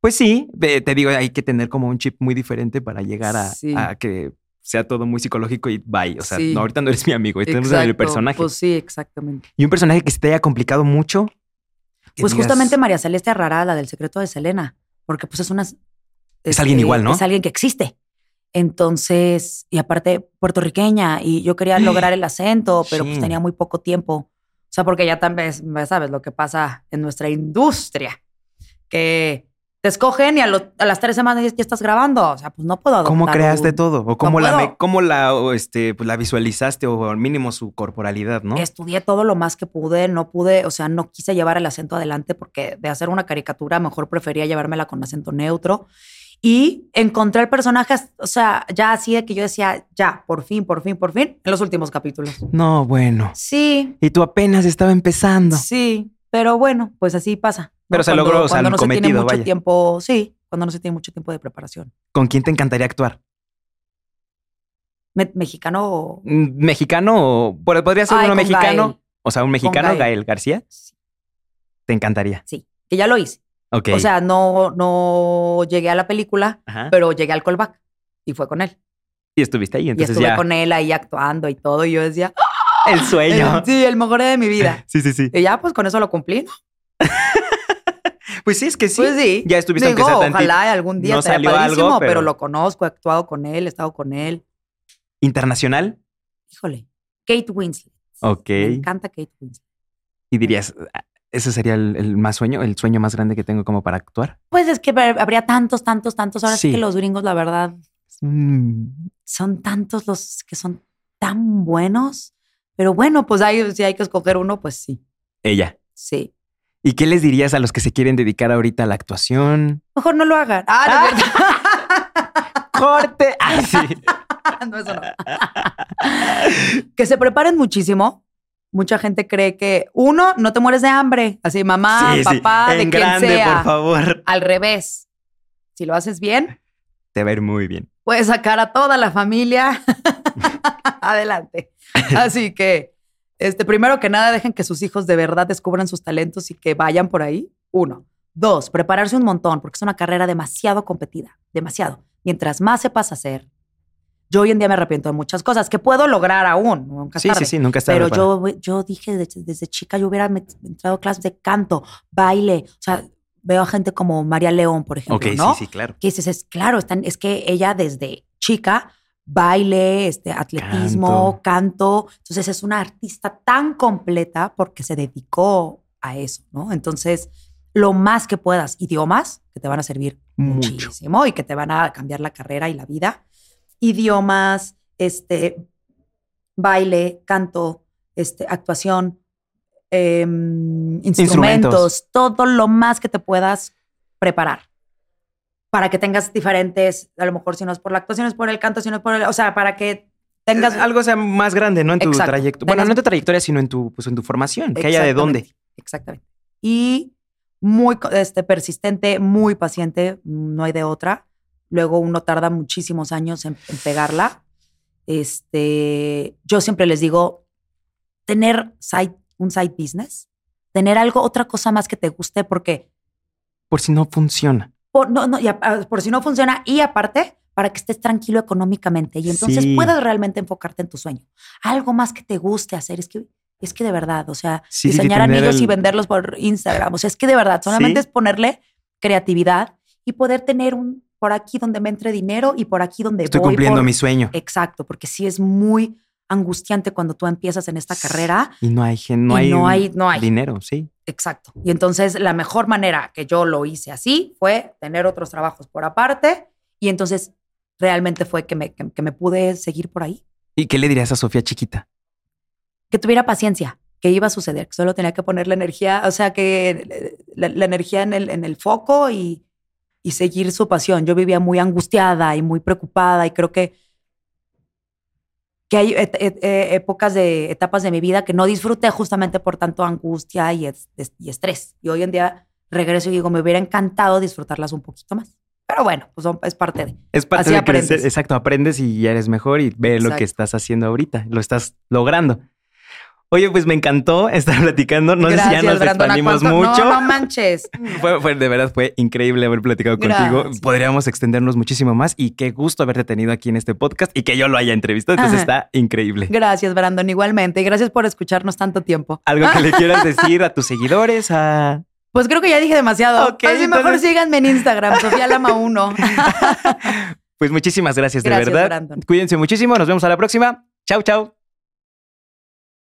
Speaker 1: Pues sí, ve- te digo, hay que tener como un chip muy diferente para llegar a,
Speaker 2: Sí.
Speaker 1: a que sea todo muy psicológico y bye. O sea,
Speaker 2: Sí.
Speaker 1: no, ahorita no eres mi amigo, estamos en el
Speaker 2: Exacto.
Speaker 1: personaje.
Speaker 2: Pues sí, exactamente.
Speaker 1: y un personaje que se te haya complicado mucho. que
Speaker 2: Pues
Speaker 1: digas,
Speaker 2: justamente María Celeste Arrará, la del secreto de Selena, porque pues es una... este,
Speaker 1: alguien igual, ¿no?
Speaker 2: Es alguien que existe. Entonces, y aparte puertorriqueña, y yo quería lograr el acento, pero pues
Speaker 1: Sí.
Speaker 2: tenía muy poco tiempo. O sea, porque ya también, pues, ya sabes, lo que pasa en nuestra industria, que te escogen y a, lo- a las tres semanas ya ya estás grabando. O sea, pues no puedo
Speaker 1: ¿Cómo
Speaker 2: adoptar
Speaker 1: creaste
Speaker 2: un-
Speaker 1: todo? ¿O cómo la,
Speaker 2: puedo.
Speaker 1: me- cómo la, o, este, pues, la visualizaste? O al mínimo su corporalidad, ¿no?
Speaker 2: Estudié todo lo más que pude, no pude, o sea, no quise llevar el acento adelante porque de hacer una caricatura mejor prefería llevármela con acento neutro. Y encontré el personaje, o sea, ya así de que yo decía, ya, por fin, por fin, por fin, en los últimos capítulos.
Speaker 1: No, bueno.
Speaker 2: Sí,
Speaker 1: Y tú apenas estaba empezando.
Speaker 2: sí, pero bueno, pues así pasa. ¿no?
Speaker 1: Pero se
Speaker 2: Cuando-
Speaker 1: logró, o sea,
Speaker 2: cuando
Speaker 1: el
Speaker 2: no se tiene
Speaker 1: cometido,
Speaker 2: mucho
Speaker 1: vaya.
Speaker 2: tiempo, sí, cuando no se tiene mucho tiempo de preparación.
Speaker 1: ¿Con quién te encantaría actuar?
Speaker 2: Me- mexicano o-
Speaker 1: Mm, ¿Mexicano? o- pod- ¿Podría ser
Speaker 2: Ay,
Speaker 1: uno
Speaker 2: con
Speaker 1: mexicano?
Speaker 2: Gael.
Speaker 1: O sea, un mexicano,
Speaker 2: Gael.
Speaker 1: Gael. García.
Speaker 2: Sí.
Speaker 1: Te encantaría.
Speaker 2: Sí, que ya lo hice.
Speaker 1: Ok.
Speaker 2: O sea, no, no llegué a la película,
Speaker 1: Ajá.
Speaker 2: pero llegué al callback y fue con él.
Speaker 1: y estuviste ahí,
Speaker 2: Y
Speaker 1: entonces
Speaker 2: estuve
Speaker 1: ya.
Speaker 2: con él ahí actuando y todo. Y yo decía, ¡ah!
Speaker 1: El sueño.
Speaker 2: sí, el mejor día de mi vida.
Speaker 1: Sí, sí, sí.
Speaker 2: Y ya, pues con eso lo cumplí. ¿no?
Speaker 1: Pues sí, es que sí.
Speaker 2: Pues sí.
Speaker 1: Ya estuviste
Speaker 2: Digo,
Speaker 1: aunque sea tantito.
Speaker 2: ojalá algún día
Speaker 1: No
Speaker 2: estaría
Speaker 1: salió algo,
Speaker 2: padrísimo, pero...
Speaker 1: pero
Speaker 2: lo conozco, he actuado con él, he estado con él.
Speaker 1: Internacional.
Speaker 2: Híjole, Kate Winslet.
Speaker 1: Ok.
Speaker 2: Me encanta Kate Winslet.
Speaker 1: Y dirías, "Ah, ese sería el, el más sueño, el sueño más grande que tengo como para actuar.
Speaker 2: Pues es que habría tantos, tantos, tantos. Ahora sí.
Speaker 1: Sí.
Speaker 2: que los gringos, la verdad,
Speaker 1: Mm,
Speaker 2: son tantos los que son tan buenos. Pero bueno, pues hay, si hay que escoger uno, pues sí,
Speaker 1: ella.
Speaker 2: sí.
Speaker 1: ¿Y qué les dirías a los que se quieren dedicar ahorita a la actuación?
Speaker 2: Mejor no lo hagan. Ah, no,
Speaker 1: ¡Corte! Ay, Ah, sí.
Speaker 2: no, eso no. que se preparen muchísimo. Mucha gente cree que, uno, no te mueres de hambre. Así, mamá,
Speaker 1: Sí, sí.
Speaker 2: Ah, papá, de
Speaker 1: En
Speaker 2: quien
Speaker 1: grande,
Speaker 2: sea.
Speaker 1: por favor.
Speaker 2: Al revés. Si lo haces bien,
Speaker 1: Te va a ir muy bien.
Speaker 2: puedes sacar a toda la familia adelante. Así que, este, primero que nada, dejen que sus hijos de verdad descubran sus talentos y que vayan por ahí. Uno. Dos, prepararse un montón, porque es una carrera demasiado competida, demasiado. Mientras más sepas hacer, yo hoy en día me arrepiento de muchas cosas que puedo lograr aún. Nunca es
Speaker 1: Sí, sí,
Speaker 2: tarde.
Speaker 1: sí, nunca está
Speaker 2: Pero yo, yo dije desde, desde chica, yo hubiera met- entrado a clases de canto, baile. O sea, veo a gente como María León, por ejemplo,
Speaker 1: Ok,
Speaker 2: ¿no?
Speaker 1: sí, sí, claro.
Speaker 2: que dices, es claro, están, es que ella desde chica baile, este, atletismo, canto. Entonces es una artista tan completa porque se dedicó a eso, ¿no? Entonces, lo más que puedas, idiomas que te van a servir
Speaker 1: Mucho.
Speaker 2: muchísimo y que te van a cambiar la carrera y la vida. Idiomas, este, baile, canto, este, actuación, em, instrumentos, todo lo más que te puedas preparar para que tengas diferentes, a lo mejor si no es por la actuación, es por el canto, si no es por el, o sea, para que tengas
Speaker 1: Eh, algo sea más grande, ¿no? En tu
Speaker 2: Exacto.
Speaker 1: trayectoria. Bueno,
Speaker 2: Tengas-
Speaker 1: no en tu trayectoria, sino en tu, pues, en tu formación. Que haya de dónde.
Speaker 2: Exactamente, Exactamente. Y muy co- este, persistente, muy paciente, mm, no hay de otra. Luego uno tarda muchísimos años en, en pegarla. Este, yo siempre les digo, tener side- un side business, tener algo, otra cosa más que te guste, porque
Speaker 1: Por si no funciona.
Speaker 2: por, no, no, y a- a- por si no funciona, y aparte, para que estés tranquilo económicamente y entonces
Speaker 1: Sí.
Speaker 2: puedas realmente enfocarte en tu sueño. Algo más que te guste hacer, es que, es que de verdad, o sea,
Speaker 1: Sí,
Speaker 2: diseñar
Speaker 1: tener
Speaker 2: anillos
Speaker 1: el-
Speaker 2: y venderlos por Instagram, o sea, es que de verdad, solamente
Speaker 1: Sí.
Speaker 2: es ponerle creatividad y poder tener un por aquí donde me entre dinero y por aquí donde
Speaker 1: Estoy
Speaker 2: voy
Speaker 1: cumpliendo
Speaker 2: por- Eh,
Speaker 1: mi sueño.
Speaker 2: Exacto, porque sí es muy angustiante cuando tú empiezas en esta carrera.
Speaker 1: Y no hay gen- no,
Speaker 2: y
Speaker 1: hay,
Speaker 2: no hay, no hay.
Speaker 1: dinero, sí.
Speaker 2: Exacto. Y entonces la mejor manera que yo lo hice así fue tener otros trabajos por aparte y entonces realmente fue que me, que, que me pude seguir por ahí.
Speaker 1: ¿Y qué le dirías a Sofía chiquita?
Speaker 2: Que tuviera paciencia, que iba a suceder, que solo tenía que poner la energía, o sea, que eh, la, la energía en el, en el foco y, y seguir su pasión. Yo vivía muy angustiada y muy preocupada y creo que, que hay et- et- eh, épocas de etapas de mi vida que no disfruté justamente por tanto angustia y, es- es- y estrés. Y hoy en día regreso y digo, me hubiera encantado disfrutarlas un poquito más. Pero bueno, pues son- es parte de...
Speaker 1: Es parte
Speaker 2: Así
Speaker 1: de
Speaker 2: aprendes.
Speaker 1: crecer. Exacto, aprendes y ya eres mejor y ve lo que
Speaker 2: Exacto.
Speaker 1: estás haciendo ahorita. Lo estás logrando. Oye, pues me encantó estar platicando. No sé si ya nos
Speaker 2: Brandona,
Speaker 1: expandimos
Speaker 2: ¿cuánto?
Speaker 1: mucho.
Speaker 2: No, no manches.
Speaker 1: Fue, fue- de verdad fue increíble haber platicado contigo.
Speaker 2: Gracias.
Speaker 1: Podríamos extendernos muchísimo más y qué gusto haberte tenido aquí en este podcast y que yo lo haya entrevistado. Entonces
Speaker 2: Ajá.
Speaker 1: está increíble.
Speaker 2: Gracias, Brandon, igualmente. Y gracias por escucharnos tanto tiempo.
Speaker 1: Algo que le quieras decir a tus seguidores, a...
Speaker 2: Pues creo que ya dije demasiado.
Speaker 1: Ok,
Speaker 2: Así mejor
Speaker 1: entonces-
Speaker 2: síganme en Instagram, Sofía Lama 1.
Speaker 1: Pues muchísimas gracias, de
Speaker 2: Gracias,
Speaker 1: verdad.
Speaker 2: Brandon.
Speaker 1: Cuídense muchísimo. Nos vemos a la próxima. Chau, chau.